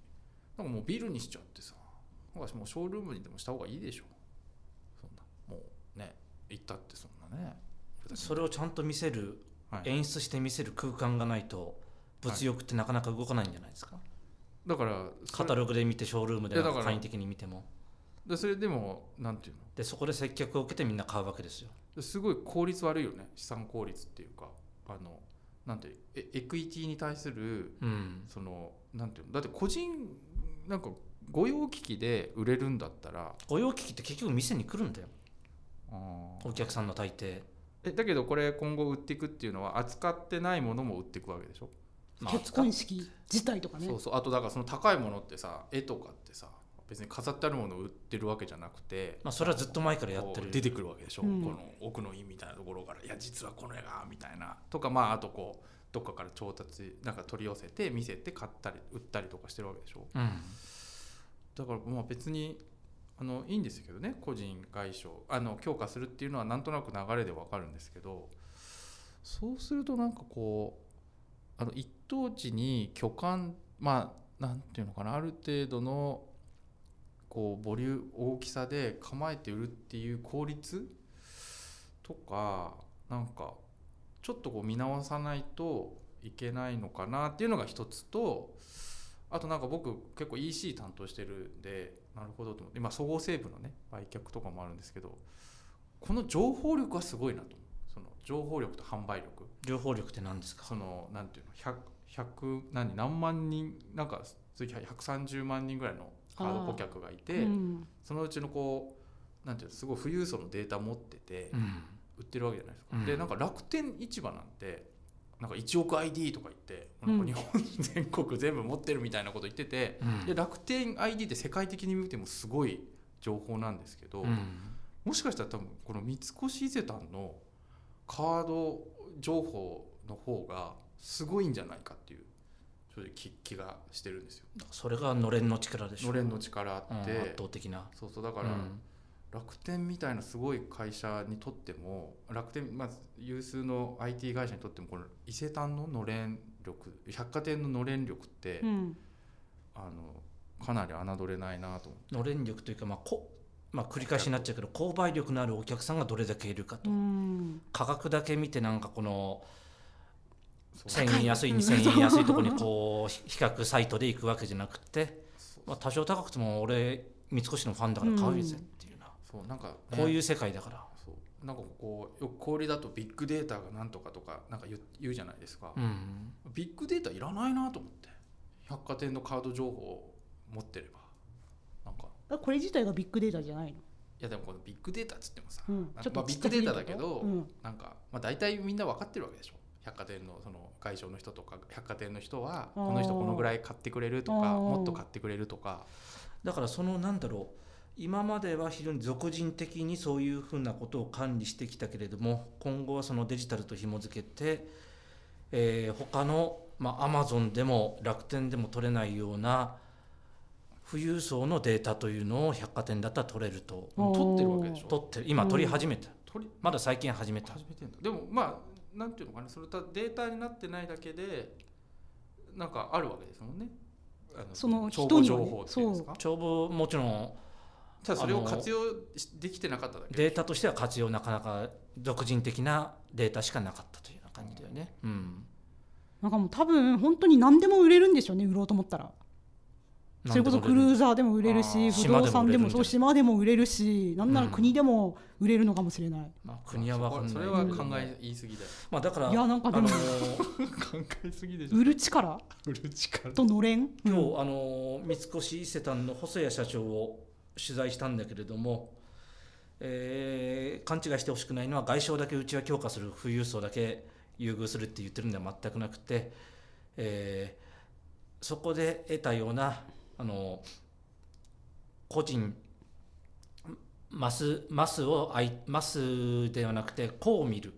[SPEAKER 2] なんかもうビルにしちゃってさなんかもうショールームにでもした方がいいでしょそんなもうね行ったってそんなね俺たち
[SPEAKER 1] それをちゃんと見せる、
[SPEAKER 2] はい
[SPEAKER 1] 演出して見せる空間がないと物欲ってなかなか動かないんじゃないですか、
[SPEAKER 2] だからそ
[SPEAKER 1] カ
[SPEAKER 2] れ
[SPEAKER 1] タログで見てショールームでなん
[SPEAKER 2] いやだ
[SPEAKER 1] か
[SPEAKER 2] から
[SPEAKER 1] 簡易的に見ても
[SPEAKER 2] でそれでもなんていうの
[SPEAKER 1] でそこで接客を受けてみんな買うわけですよ
[SPEAKER 2] すごい効率悪いよね資産効率っていうかあのなんていうエエクイティに対する
[SPEAKER 1] うん
[SPEAKER 2] そのなんていうのだって個人なんか御用聞きで売れるんだったら
[SPEAKER 1] 御用聞きって結局店に来るんだよお客
[SPEAKER 2] さ
[SPEAKER 1] さんの大抵、
[SPEAKER 2] んえだけどこれ今後売っていくっていうのは扱ってないものも売っていくわけでしょ、
[SPEAKER 1] まあ、
[SPEAKER 3] 結婚式自体とかね
[SPEAKER 2] そうそうあとだからその高いものってさ絵とかってさ別に飾ってあるものを売ってるわけじゃなくて、
[SPEAKER 1] まあ、それはずっと前からやって
[SPEAKER 2] こ
[SPEAKER 1] る
[SPEAKER 2] う出てくるわけでしょ、
[SPEAKER 3] うん
[SPEAKER 2] この奥の院みたいなところからいや実はこの絵がみたいなとかまああとこうどっかから調達なんか取り寄せて見せて買ったり売ったりとかしてるわけでしょ、
[SPEAKER 1] うん
[SPEAKER 2] だからまあ別にあのいいんですけどね個人外傷あの強化するっていうのはなんとなく流れでわかるんですけどそうするとなんかこうあの一等地に巨漢まあなんていうのかなある程度のこうボリュー大きさで構えて売るっていう効率とかなんかちょっとこう見直さないといけないのかなっていうのが一つとあとなんか僕結構 EC 担当してるんでなるほどと思って今総合セーブのね売却とかもあるんですけどこの情報力はすごいなと思うその情報力と販売力
[SPEAKER 1] 情報力って何ですか
[SPEAKER 2] そのなんていうの 100, 100何何万人なんか次130万人ぐらいのカード顧客がいて、
[SPEAKER 3] うん
[SPEAKER 2] そのうちのこうなんていうのすごい富裕層のデータ持ってて
[SPEAKER 1] うん
[SPEAKER 2] 売ってるわけじゃないですか、
[SPEAKER 1] うん
[SPEAKER 2] でなんか楽天市場なんてなんか1億 ID とか言ってなんか日本全国全部持ってるみたいなこと言ってて、
[SPEAKER 1] うん
[SPEAKER 2] で楽天 ID って世界的に見てもすごい情報なんですけど、
[SPEAKER 1] うん
[SPEAKER 2] もしかしたら多分この三越伊勢丹のカード情報の方がすごいんじゃないかっていう正直気気がしてるんですよ。
[SPEAKER 1] それがのれんの力でしょ
[SPEAKER 2] のれんの力って、
[SPEAKER 1] うん圧倒的な
[SPEAKER 2] そうそうだから
[SPEAKER 1] うん
[SPEAKER 2] 楽天みたいなすごい会社にとっても楽天まず有数の IT 会社にとってもこの伊勢丹ののれん力百貨店ののれん力って、
[SPEAKER 3] うん
[SPEAKER 2] あのかなり侮れないなと思って。
[SPEAKER 1] のれん力というか、まあこまあ、繰り返しになっちゃうけど購買力のあるお客さんがどれだけいるかと、
[SPEAKER 3] うん
[SPEAKER 1] 価格だけ見てなんかこの
[SPEAKER 2] そう
[SPEAKER 1] 1,000円安い
[SPEAKER 3] うん
[SPEAKER 1] 2,000円安いところにこうひ比較サイトで行くわけじゃなくて、
[SPEAKER 2] そう
[SPEAKER 1] まあ、多少高くても俺三越のファンだから買うよぜっていうな、
[SPEAKER 2] そうなんかね、
[SPEAKER 1] こういう世界だから、
[SPEAKER 2] そうなんかこうよく氷だとビッグデータがなんとかとかなんか言う言うじゃないですか、
[SPEAKER 1] うん、
[SPEAKER 2] ビッグデータいらないなと思って百貨店のカード情報を持ってればなんか
[SPEAKER 3] あこれ自体がビッグデータじゃないの、
[SPEAKER 2] いやでもこのビッグデータっつってもさ、
[SPEAKER 3] う
[SPEAKER 2] な
[SPEAKER 3] ん
[SPEAKER 2] んか
[SPEAKER 3] ちょっ
[SPEAKER 2] まあ
[SPEAKER 3] と
[SPEAKER 2] ビ
[SPEAKER 3] ち
[SPEAKER 2] ッ
[SPEAKER 3] っち
[SPEAKER 2] グ
[SPEAKER 3] ゃす
[SPEAKER 2] デ
[SPEAKER 3] ぎ
[SPEAKER 2] ー
[SPEAKER 3] る
[SPEAKER 2] タ
[SPEAKER 3] って
[SPEAKER 2] だ
[SPEAKER 3] こ
[SPEAKER 2] けど、
[SPEAKER 3] とうん
[SPEAKER 2] なんか、まあ、大体みんな分かってるわけでしょ百貨店のその外商の人とか百貨店の人は
[SPEAKER 3] あー
[SPEAKER 2] この人このぐらい買ってくれるとか
[SPEAKER 3] あー
[SPEAKER 2] もっと買ってくれるとか
[SPEAKER 1] だからそのなんだろう今までは非常に俗人的にそういうふうなことを管理してきたけれども今後はそのデジタルと紐付けて、えー他のまあアマゾンでも楽天でも取れないような富裕層のデータというのを百貨店だったら取れると
[SPEAKER 3] あー
[SPEAKER 2] 取ってるわけでしょ
[SPEAKER 1] 取ってる今取り始めた、
[SPEAKER 2] 取り
[SPEAKER 1] まだ最近始めた
[SPEAKER 2] 始めてんだでもまあなんていうのかなそれとデータになってないだけでなんかあるわけですもんねあ
[SPEAKER 3] その
[SPEAKER 2] 帳
[SPEAKER 3] 人
[SPEAKER 2] 簿
[SPEAKER 3] には
[SPEAKER 2] 情
[SPEAKER 3] ね
[SPEAKER 2] 報っていうんですか
[SPEAKER 1] 帳簿もちろん
[SPEAKER 2] ただそれを
[SPEAKER 1] あの
[SPEAKER 2] 活用しできてなかっただけ
[SPEAKER 1] データとしては活用なかなか俗人的なデータしかなかったというような感じだよね。うん
[SPEAKER 3] なんかもう多分本当に何でも売れるんでしょうね売ろうと思ったらそれこそクルーザーでも売れる
[SPEAKER 2] あー
[SPEAKER 3] し不動産でも
[SPEAKER 1] 島でも売れるんじゃ
[SPEAKER 3] そ
[SPEAKER 1] ないう
[SPEAKER 3] 島でも売れるしなんなら国でも売れるのかもしれない、
[SPEAKER 1] まあ、国は分かんない
[SPEAKER 2] そ
[SPEAKER 1] け
[SPEAKER 2] れ
[SPEAKER 1] ど
[SPEAKER 2] は考え言い過ぎだよ
[SPEAKER 1] まあ、だから
[SPEAKER 3] いやなんかでも
[SPEAKER 1] あのー
[SPEAKER 2] 考えすぎでしょ
[SPEAKER 3] 売る力
[SPEAKER 2] 売る力
[SPEAKER 3] とのれん、
[SPEAKER 1] 今日、あのー三越伊勢丹の細谷社長を取材したんだけれども、えー勘違いしてほしくないのは外商だけうちは強化する富裕層だけ優遇するって言ってるんでは全くなくて、えーそこで得たような、あのー個人マスマスをあいマスではなくて個を見る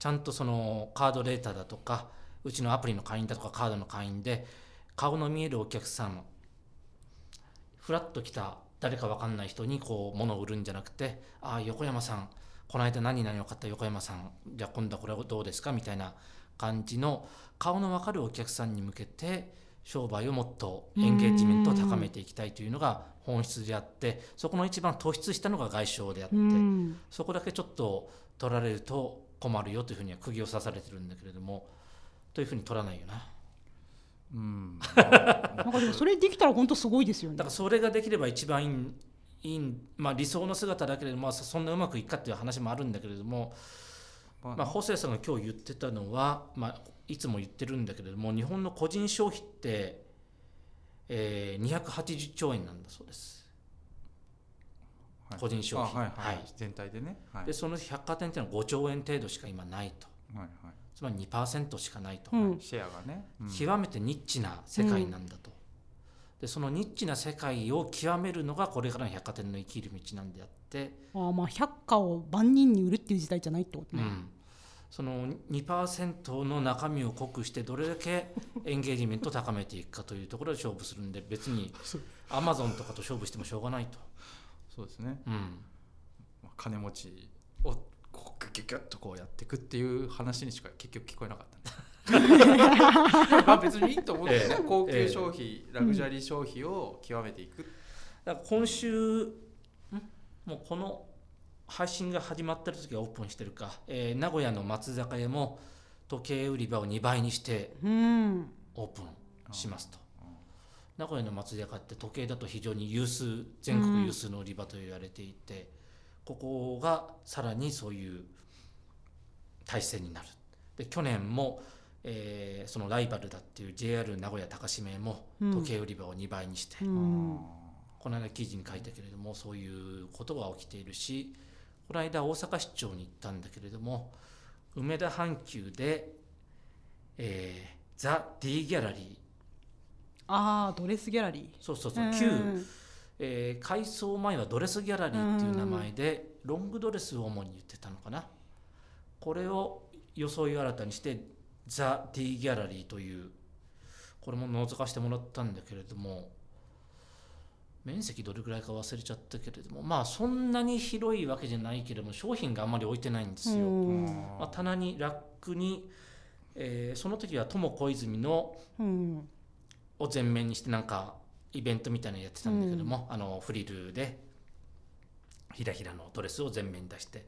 [SPEAKER 1] ちゃんとそのカードレーターだとかうちのアプリの会員だとかカードの会員で顔の見えるお客さんふらっと来た誰か分かんない人にこう物を売るんじゃなくて「ああ横山さんこの間何々を買った横山さんじゃあ今度はこれはどうですか?」みたいな感じの顔の分かるお客さんに向けて商売をもっとエンゲージメントを高めていきたいというのが本質であってそこの一番突出したのが外商であって
[SPEAKER 3] うん、
[SPEAKER 1] そこだけちょっと取られると困るよというふうには釘を刺されてるんだけれどもというふうに取らないよな。
[SPEAKER 2] うん
[SPEAKER 3] なんかでもそれできたら本当すごいですよね
[SPEAKER 1] だからそれができれば一番いいんいいん、まあ、理想の姿だけれども、まあ、そそんなうまくいくかっていう話もあるんだけれども、
[SPEAKER 2] まあ
[SPEAKER 1] まあ、細谷さんが今日言ってたのは、まあ、いつも言ってるんだけれども日本の個人消費って、えー、280兆円なんだそうです。
[SPEAKER 2] はい
[SPEAKER 1] 個人消費
[SPEAKER 2] あはいはい
[SPEAKER 1] はい
[SPEAKER 2] 全体でねはい
[SPEAKER 1] でその百貨店っていうのは5兆円程度しか今ないと
[SPEAKER 2] はい
[SPEAKER 1] つまり2%しかないと。
[SPEAKER 3] うん
[SPEAKER 2] はいシェアがね、うん
[SPEAKER 1] 極めてニッチな世界なんだと、でそのニッチな世界を極めるのがこれからの百貨店の生きる道なんであって、
[SPEAKER 3] あーまあ百貨を万人に売るっていう時代じゃないってこ
[SPEAKER 1] う
[SPEAKER 3] とね、
[SPEAKER 1] ん、その2%の中身を濃くしてどれだけエンゲージメントを高めていくかというところで勝負するんで別にアマゾンとかと勝負してもしょうがないと、
[SPEAKER 2] そうですね、
[SPEAKER 1] うん、
[SPEAKER 2] まあ、金持ちをこうギュギュギュッとこうやっていくっていう話にしか結局聞こえな かったねまあ別にいいと思うんだよね、
[SPEAKER 1] ええ
[SPEAKER 2] 高級消費、ラグジュアリー消費を極めていく、
[SPEAKER 1] だから今週んもうこの配信が始まってる時はオープンしてるか、えー名古屋の松坂屋も時計売り場を2倍にして
[SPEAKER 3] うん
[SPEAKER 1] オープンしますと。名古屋の松坂って時計だと非常に有数全国有数の売り場と言われていて、ここがさらにそういう体制になるで去年も、えーそのライバルだっていう JR 名古屋高島屋も
[SPEAKER 3] うん
[SPEAKER 1] 時計売り場を2倍にして、
[SPEAKER 3] うん
[SPEAKER 1] この間記事に書いたけれどもそういうことが起きているしこの間大阪市長に行ったんだけれども梅田阪急で、えー、ザ・ D ギャラリー
[SPEAKER 3] ああドレスギャラリ
[SPEAKER 1] そうそう
[SPEAKER 3] ー
[SPEAKER 1] そう、旧えー改装前はドレスギャラリーっていう名前で、ロングドレスを主に言ってたのかなこれを装いを新たにしてザ・ディギャラリーというこれも覗かせてもらったんだけれども面積どれぐらいか忘れちゃったけれどもまあそんなに広いわけじゃないけれども商品があんまり置いてないんですよ、
[SPEAKER 3] うん
[SPEAKER 1] まあ、棚にラックに、えーその時は友小泉の
[SPEAKER 3] うん
[SPEAKER 1] を全面にしてなんかイベントみたいなのやってたんだけども、あのフリルでひらひらのドレスを全面に出して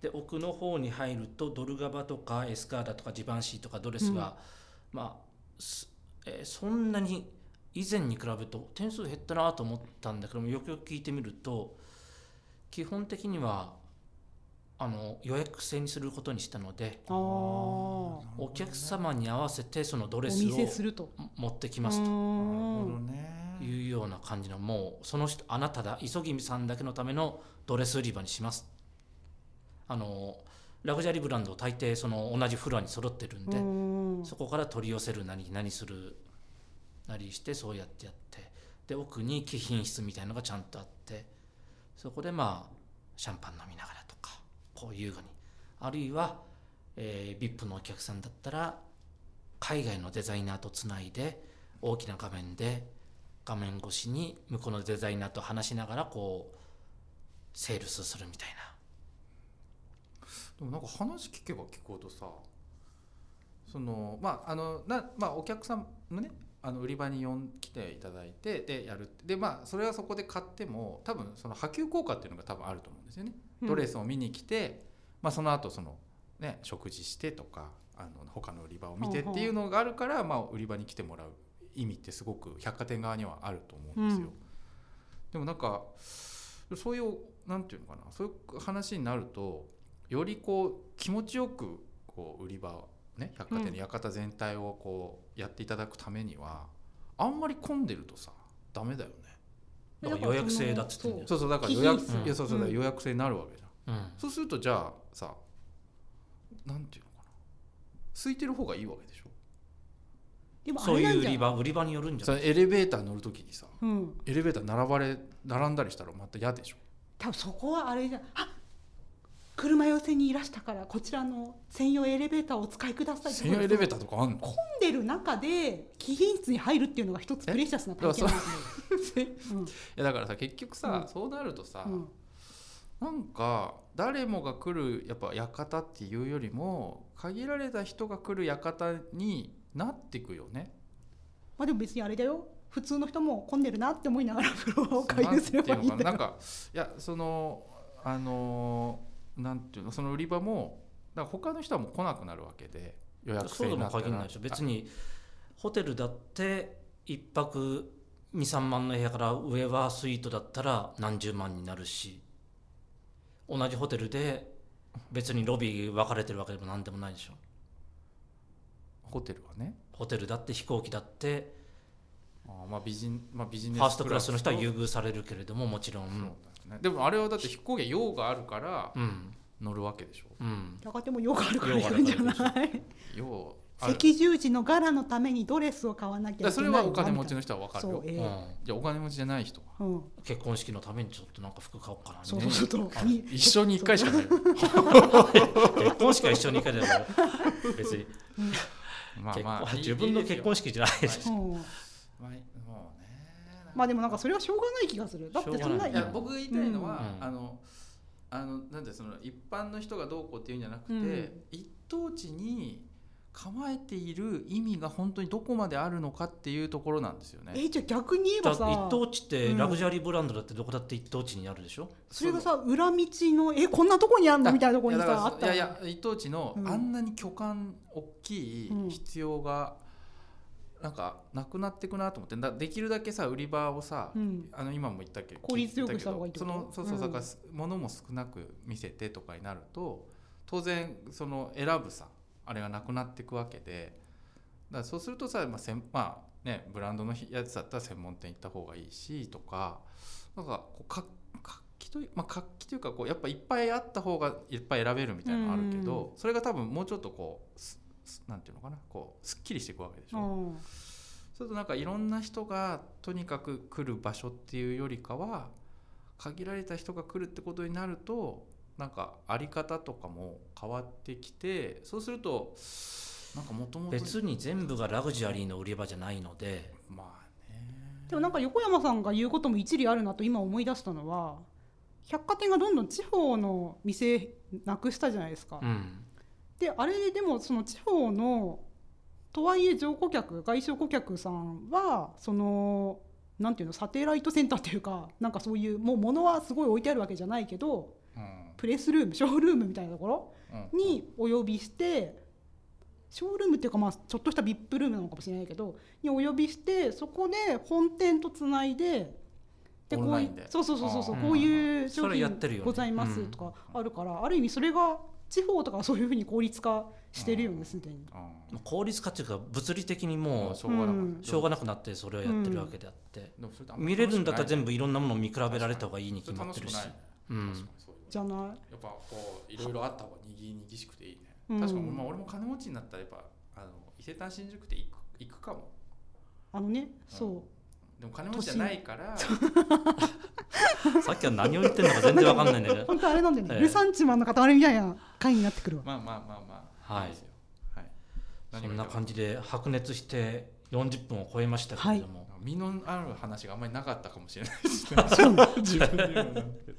[SPEAKER 1] で奥の方に入るとドルガバとかエスカーダとかジバンシーとかドレスが、まあすえーそんなに以前に比べると点数減ったなと思ったんだけどもよくよく聞いてみると基本的にはあの予約制にすることにしたので
[SPEAKER 3] ああお
[SPEAKER 1] お客様に合わせてそのドレスを
[SPEAKER 3] 見せすると
[SPEAKER 1] 持ってきますと。
[SPEAKER 3] う
[SPEAKER 2] なるほ
[SPEAKER 3] ん
[SPEAKER 2] どね
[SPEAKER 1] いうような感じのもうその人あなただ磯君さんだけのためのドレス売り場にしますあのラグジュアリーブランドを大抵その同じフロアに揃ってるんで、
[SPEAKER 3] うん
[SPEAKER 1] そこから取り寄せるなり何するなりしてそうやってやってで奥に貴賓室みたいのがちゃんとあってそこでまあシャンパン飲みながらとかこう優雅にあるいは、えー、VIP のお客さんだったら海外のデザイナーとつないで大きな画面で画面越しに向こうのデザイナーと話しながらこうセールスするみたいな
[SPEAKER 2] でもなんか話聞けば聞こうとさそのまああのな、まあ、お客さんのねあの売り場に呼ん来ていただいてでやるでまあそれはそこで買っても多分その波及効果っていうのが多分あると思うんですよね。ドレスを見に来て、まあ、その後そのね食事してとかあの他の売り場を見てっていうのがあるから、まあ、売り場に来てもらう意味ってすごく百貨店側にはあると思うんですよ。
[SPEAKER 3] うん
[SPEAKER 2] でもなんかそういうなんていうのかなそういう話になるとよりこう気持ちよくこう売り場をね百貨店の館全体をこうやっていただくためには、あんまり混んでるとさダメだよね。
[SPEAKER 1] だから予約制だっつってんだよ
[SPEAKER 2] そうそうだから予約
[SPEAKER 3] 貴
[SPEAKER 1] 賓室
[SPEAKER 2] いやそうそうだから
[SPEAKER 3] うん
[SPEAKER 2] 予約制になるわけじゃん。
[SPEAKER 1] うん
[SPEAKER 2] そうするとじゃあさなんていうのかな空いてる方がいいわけでしょ
[SPEAKER 3] でもあ
[SPEAKER 1] そう
[SPEAKER 3] れないん
[SPEAKER 1] う売
[SPEAKER 3] じゃ
[SPEAKER 1] り
[SPEAKER 3] ない
[SPEAKER 1] 場売り場によるんじゃ
[SPEAKER 2] そ
[SPEAKER 1] ない
[SPEAKER 2] のエレベーター乗るときにさ
[SPEAKER 3] うん
[SPEAKER 2] エレベーター並ばれ並んだりしたらまた嫌でしょ
[SPEAKER 3] 多分そこはあれじゃあ車寄せにいらしたからこちらの専用エレベーターをお使いください
[SPEAKER 2] 専用エレベータ
[SPEAKER 3] ー
[SPEAKER 2] ーとかあんの
[SPEAKER 3] 混んでる中で貴賓室に入るっていうのが一つプレシャスな体験なんです よ
[SPEAKER 2] いやだからさ結局さ、
[SPEAKER 3] うん
[SPEAKER 2] そうなるとさ、
[SPEAKER 3] うんうん
[SPEAKER 2] なんか誰もが来るやっぱ館っていうよりも限られた人が来る館になってくよね。
[SPEAKER 3] まあでも別にあれだよ普通の人も混んでるなって思いながら フロアを回遊すればいい
[SPEAKER 2] なん
[SPEAKER 3] ん
[SPEAKER 2] ていうのかな
[SPEAKER 3] だ
[SPEAKER 2] なん
[SPEAKER 3] よ
[SPEAKER 2] かいやそのあのなんていうのその売り場もだから他の人はもう来なくなるわけで予約
[SPEAKER 1] そう
[SPEAKER 2] 制
[SPEAKER 1] で
[SPEAKER 2] にな
[SPEAKER 1] も
[SPEAKER 2] ったら
[SPEAKER 1] 限らないでしょ別
[SPEAKER 2] あ
[SPEAKER 1] にホテルだって一泊23万の部屋から上はスイートだったら何十万になるし同じホテルで別にロビー分かれてるわけでも何でもないでしょ
[SPEAKER 2] ホテルはね
[SPEAKER 1] ホテルだって飛行機だって
[SPEAKER 2] あーまあビジネまあビジ
[SPEAKER 1] フ
[SPEAKER 2] ネス
[SPEAKER 1] ァーストクラスの人は
[SPEAKER 2] と
[SPEAKER 1] 優遇されるけれどももちろ
[SPEAKER 2] そうんだねでもあれはだって飛行機は用があるから
[SPEAKER 1] うん
[SPEAKER 2] 乗るわけでしょ
[SPEAKER 1] うん
[SPEAKER 3] やがても用があるからやるんじゃ
[SPEAKER 1] 用があ
[SPEAKER 3] ない
[SPEAKER 2] 用ある
[SPEAKER 3] 赤十字の柄のためにドレスを買わなき
[SPEAKER 2] だから
[SPEAKER 3] ゃいけ
[SPEAKER 2] そ
[SPEAKER 3] な
[SPEAKER 2] れ
[SPEAKER 3] い
[SPEAKER 2] はお金
[SPEAKER 3] な
[SPEAKER 2] 持ちの人は分かる
[SPEAKER 3] そう
[SPEAKER 2] よ
[SPEAKER 1] う
[SPEAKER 3] ええ
[SPEAKER 1] ん
[SPEAKER 2] じゃあお金持ちじゃない人は
[SPEAKER 3] うん
[SPEAKER 1] 結婚式のためにちょっとなんか服買おうかなみた
[SPEAKER 3] そ
[SPEAKER 1] いうな
[SPEAKER 3] そうそうそう
[SPEAKER 2] あ一生に一回し かないよ
[SPEAKER 1] 結婚式は一緒に行かないから別に
[SPEAKER 2] ま
[SPEAKER 1] 結婚自分の結婚
[SPEAKER 2] 式
[SPEAKER 1] 式じゃないでしょ
[SPEAKER 3] うん
[SPEAKER 2] まあもうね
[SPEAKER 3] まあでもなんかそれはしょうがない気がするだってそんな
[SPEAKER 1] しょうが
[SPEAKER 2] い
[SPEAKER 1] な
[SPEAKER 2] や僕が言いたいのは、
[SPEAKER 1] うん
[SPEAKER 2] あのあのなんてその一般の人がどうこうっていうんじゃなくて、
[SPEAKER 3] うん
[SPEAKER 2] 一等地に構えている意味が本当にどこまであるのかっていうところなんですよね。
[SPEAKER 3] えじゃあ逆に言え
[SPEAKER 1] だ
[SPEAKER 3] ば
[SPEAKER 1] って
[SPEAKER 3] さ
[SPEAKER 1] 一等地って
[SPEAKER 3] うん
[SPEAKER 1] ラグジュアリーブランドだってどこだって一等地にあるでしょ、
[SPEAKER 3] それがさ裏道のえこんなとこにあんのみたいなとこに
[SPEAKER 2] いやだ
[SPEAKER 3] さあ
[SPEAKER 2] か
[SPEAKER 3] っ
[SPEAKER 2] ら
[SPEAKER 3] た
[SPEAKER 2] いやいや一等地の
[SPEAKER 3] うん
[SPEAKER 2] あんなに巨漢大きい必要が、なんかなくなってくなと思ってだできるだけさ売り場をさ、
[SPEAKER 3] うん
[SPEAKER 2] あの今も言ったけど
[SPEAKER 3] 効率よくした方がいいって
[SPEAKER 2] そ
[SPEAKER 3] こと
[SPEAKER 2] のそうそう
[SPEAKER 3] うん
[SPEAKER 2] だから物も少なく見せてとかになると当然その選ぶさあれがなくなっていくわけでだからそうするとさまあせんまあねブランドのやつだったら専門店行った方がいいしとかなんかこうか活気というまあ活気というかこうやっぱいっぱいあった方がいっぱい選べるみたいなのあるけど、それが多分もうちょっとこうすすなんていうのかなこうすっきりしていくわけでしょ。
[SPEAKER 3] うん
[SPEAKER 2] それとなんかいろんな人がとにかく来る場所っていうよりかは限られた人が来るってことになるとなんかあり方とかも変わってきてそうするとなんかもともと
[SPEAKER 1] 別に全部がラグジュアリーの売り場じゃないので
[SPEAKER 2] まあね
[SPEAKER 3] でもなんか横山さんが言うことも一理あるなと今思い出したのは百貨店がどんどん地方の店なくしたじゃないですか、
[SPEAKER 1] うん
[SPEAKER 3] であれでもその地方のとはいえ乗顧客外商顧客さんはそのなんていうのサテライトセンターというかなんかそういうもう物はすごい置いてあるわけじゃないけど
[SPEAKER 2] うん
[SPEAKER 3] プレスルームショールームみたいなところ
[SPEAKER 2] うん
[SPEAKER 3] にお呼びしてショールームっていうかまあちょっとした VIP ルームなのかもしれないけどにお呼びしてそこで本店とつないで
[SPEAKER 2] オン
[SPEAKER 3] こ
[SPEAKER 2] ラ
[SPEAKER 3] う
[SPEAKER 2] イ
[SPEAKER 3] い
[SPEAKER 2] ンで
[SPEAKER 3] うそうそうそうそう
[SPEAKER 1] あー
[SPEAKER 3] こういう商
[SPEAKER 1] それやってるよね
[SPEAKER 3] 品ございますとかあるからある意味それが地方とかはそういうふうに効率化してるよねすでに。
[SPEAKER 2] あ
[SPEAKER 1] まあ効率化っていうか物理的に
[SPEAKER 2] ー
[SPEAKER 1] も
[SPEAKER 2] しょうがなか
[SPEAKER 3] うん
[SPEAKER 1] うしょうが
[SPEAKER 2] な
[SPEAKER 1] なくなってそれをやってるわけであって、見
[SPEAKER 2] 見
[SPEAKER 1] れ
[SPEAKER 2] れ
[SPEAKER 1] る
[SPEAKER 2] る
[SPEAKER 1] ん
[SPEAKER 2] ん
[SPEAKER 1] だ
[SPEAKER 2] だ
[SPEAKER 1] っ
[SPEAKER 2] ったた
[SPEAKER 1] ら全
[SPEAKER 2] ら全
[SPEAKER 1] 部
[SPEAKER 2] 部
[SPEAKER 1] いろんなものを見比べられた方がいいに決まってるしうん
[SPEAKER 3] じゃない
[SPEAKER 2] やっぱこういろいろあった方がにぎにぎしくていいね、
[SPEAKER 3] うん
[SPEAKER 2] 確かに、まあ、俺も金持ちになったらやっぱあの伊勢丹新宿って行く行くかも
[SPEAKER 3] あのねそう
[SPEAKER 2] でも金持ちじゃないから
[SPEAKER 1] さっきは何を言ってるのか全然わかんないんだけ ど
[SPEAKER 3] 本当あれなんだよね、
[SPEAKER 1] ええ
[SPEAKER 3] ルサンチマンの塊みたいな回になってくるわ。
[SPEAKER 2] まあまあまあまあ
[SPEAKER 1] はい
[SPEAKER 2] いいですよはい
[SPEAKER 1] そんな感
[SPEAKER 2] じ
[SPEAKER 1] じで白熱して40分を超えましたけれども、
[SPEAKER 2] 身のある話があんまりなかったかもしれないで すね
[SPEAKER 3] そうなんだ
[SPEAKER 2] 自分で言うのなんですけど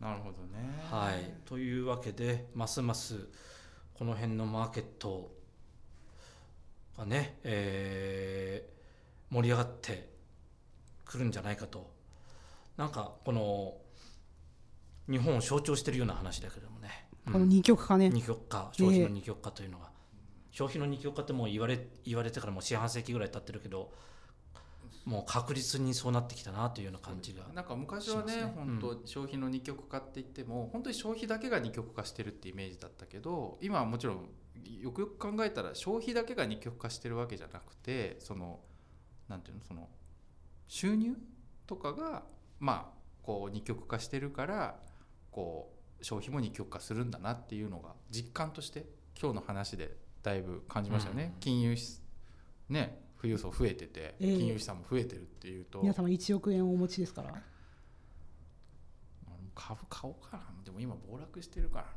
[SPEAKER 2] なるほどね
[SPEAKER 1] はい、というわけでますますこの辺のマーケットがね、えー盛り上がってくるんじゃないかとなんかこの日本を象徴してるような話だけどもね、うん
[SPEAKER 3] この二極化ね。
[SPEAKER 1] 二極化消費の二極化というのが、消費の二極化ってもう言われ言われてからもう四半世紀ぐらい経ってるけどもう確実にそうなってきたなというような感じが、
[SPEAKER 2] なんか昔はね
[SPEAKER 1] しますね
[SPEAKER 2] 本当消費の二極化って言っても、本当に消費だけが二極化してるってイメージだったけど今はもちろんよくよく考えたら消費だけが二極化してるわけじゃなくてそのなんていうのその収入とかがまあこう二極化してるからこう消費も二極化するんだなっていうのが実感として今日の話でだいぶ感じましたよね、
[SPEAKER 1] うん
[SPEAKER 2] 金融資ね富裕層増えてて、
[SPEAKER 3] ええ
[SPEAKER 2] 金融資産も増えてるっていうと
[SPEAKER 3] 皆様1億円をお持ちですから。
[SPEAKER 2] 俺も株買おうかなでも今暴落してるからな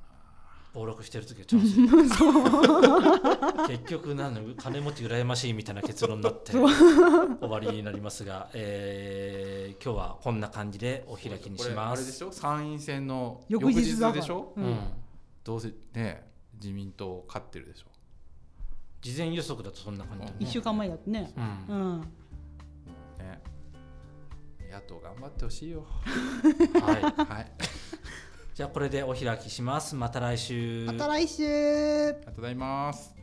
[SPEAKER 1] 暴落してる時はチャンス結局なんだ金持ち羨ましいみたいな結論になって終わりになりますが、えー今日はこんな感じでお開きにしま。
[SPEAKER 2] これあれですしょ参院選の
[SPEAKER 3] 翌日だか
[SPEAKER 2] で
[SPEAKER 3] ら
[SPEAKER 2] しょ
[SPEAKER 3] うん
[SPEAKER 1] うん
[SPEAKER 2] どうせね自民党勝ってるでしょ
[SPEAKER 1] 事前予測だとそんな感じだ
[SPEAKER 2] うん
[SPEAKER 3] 1週間前だってね。
[SPEAKER 1] うん
[SPEAKER 3] うん。
[SPEAKER 2] ね野党頑張ってほしいよ
[SPEAKER 1] はい、
[SPEAKER 2] はい
[SPEAKER 1] じゃあこれでお開きしますまた来週
[SPEAKER 3] また来週。
[SPEAKER 2] ありがとうございます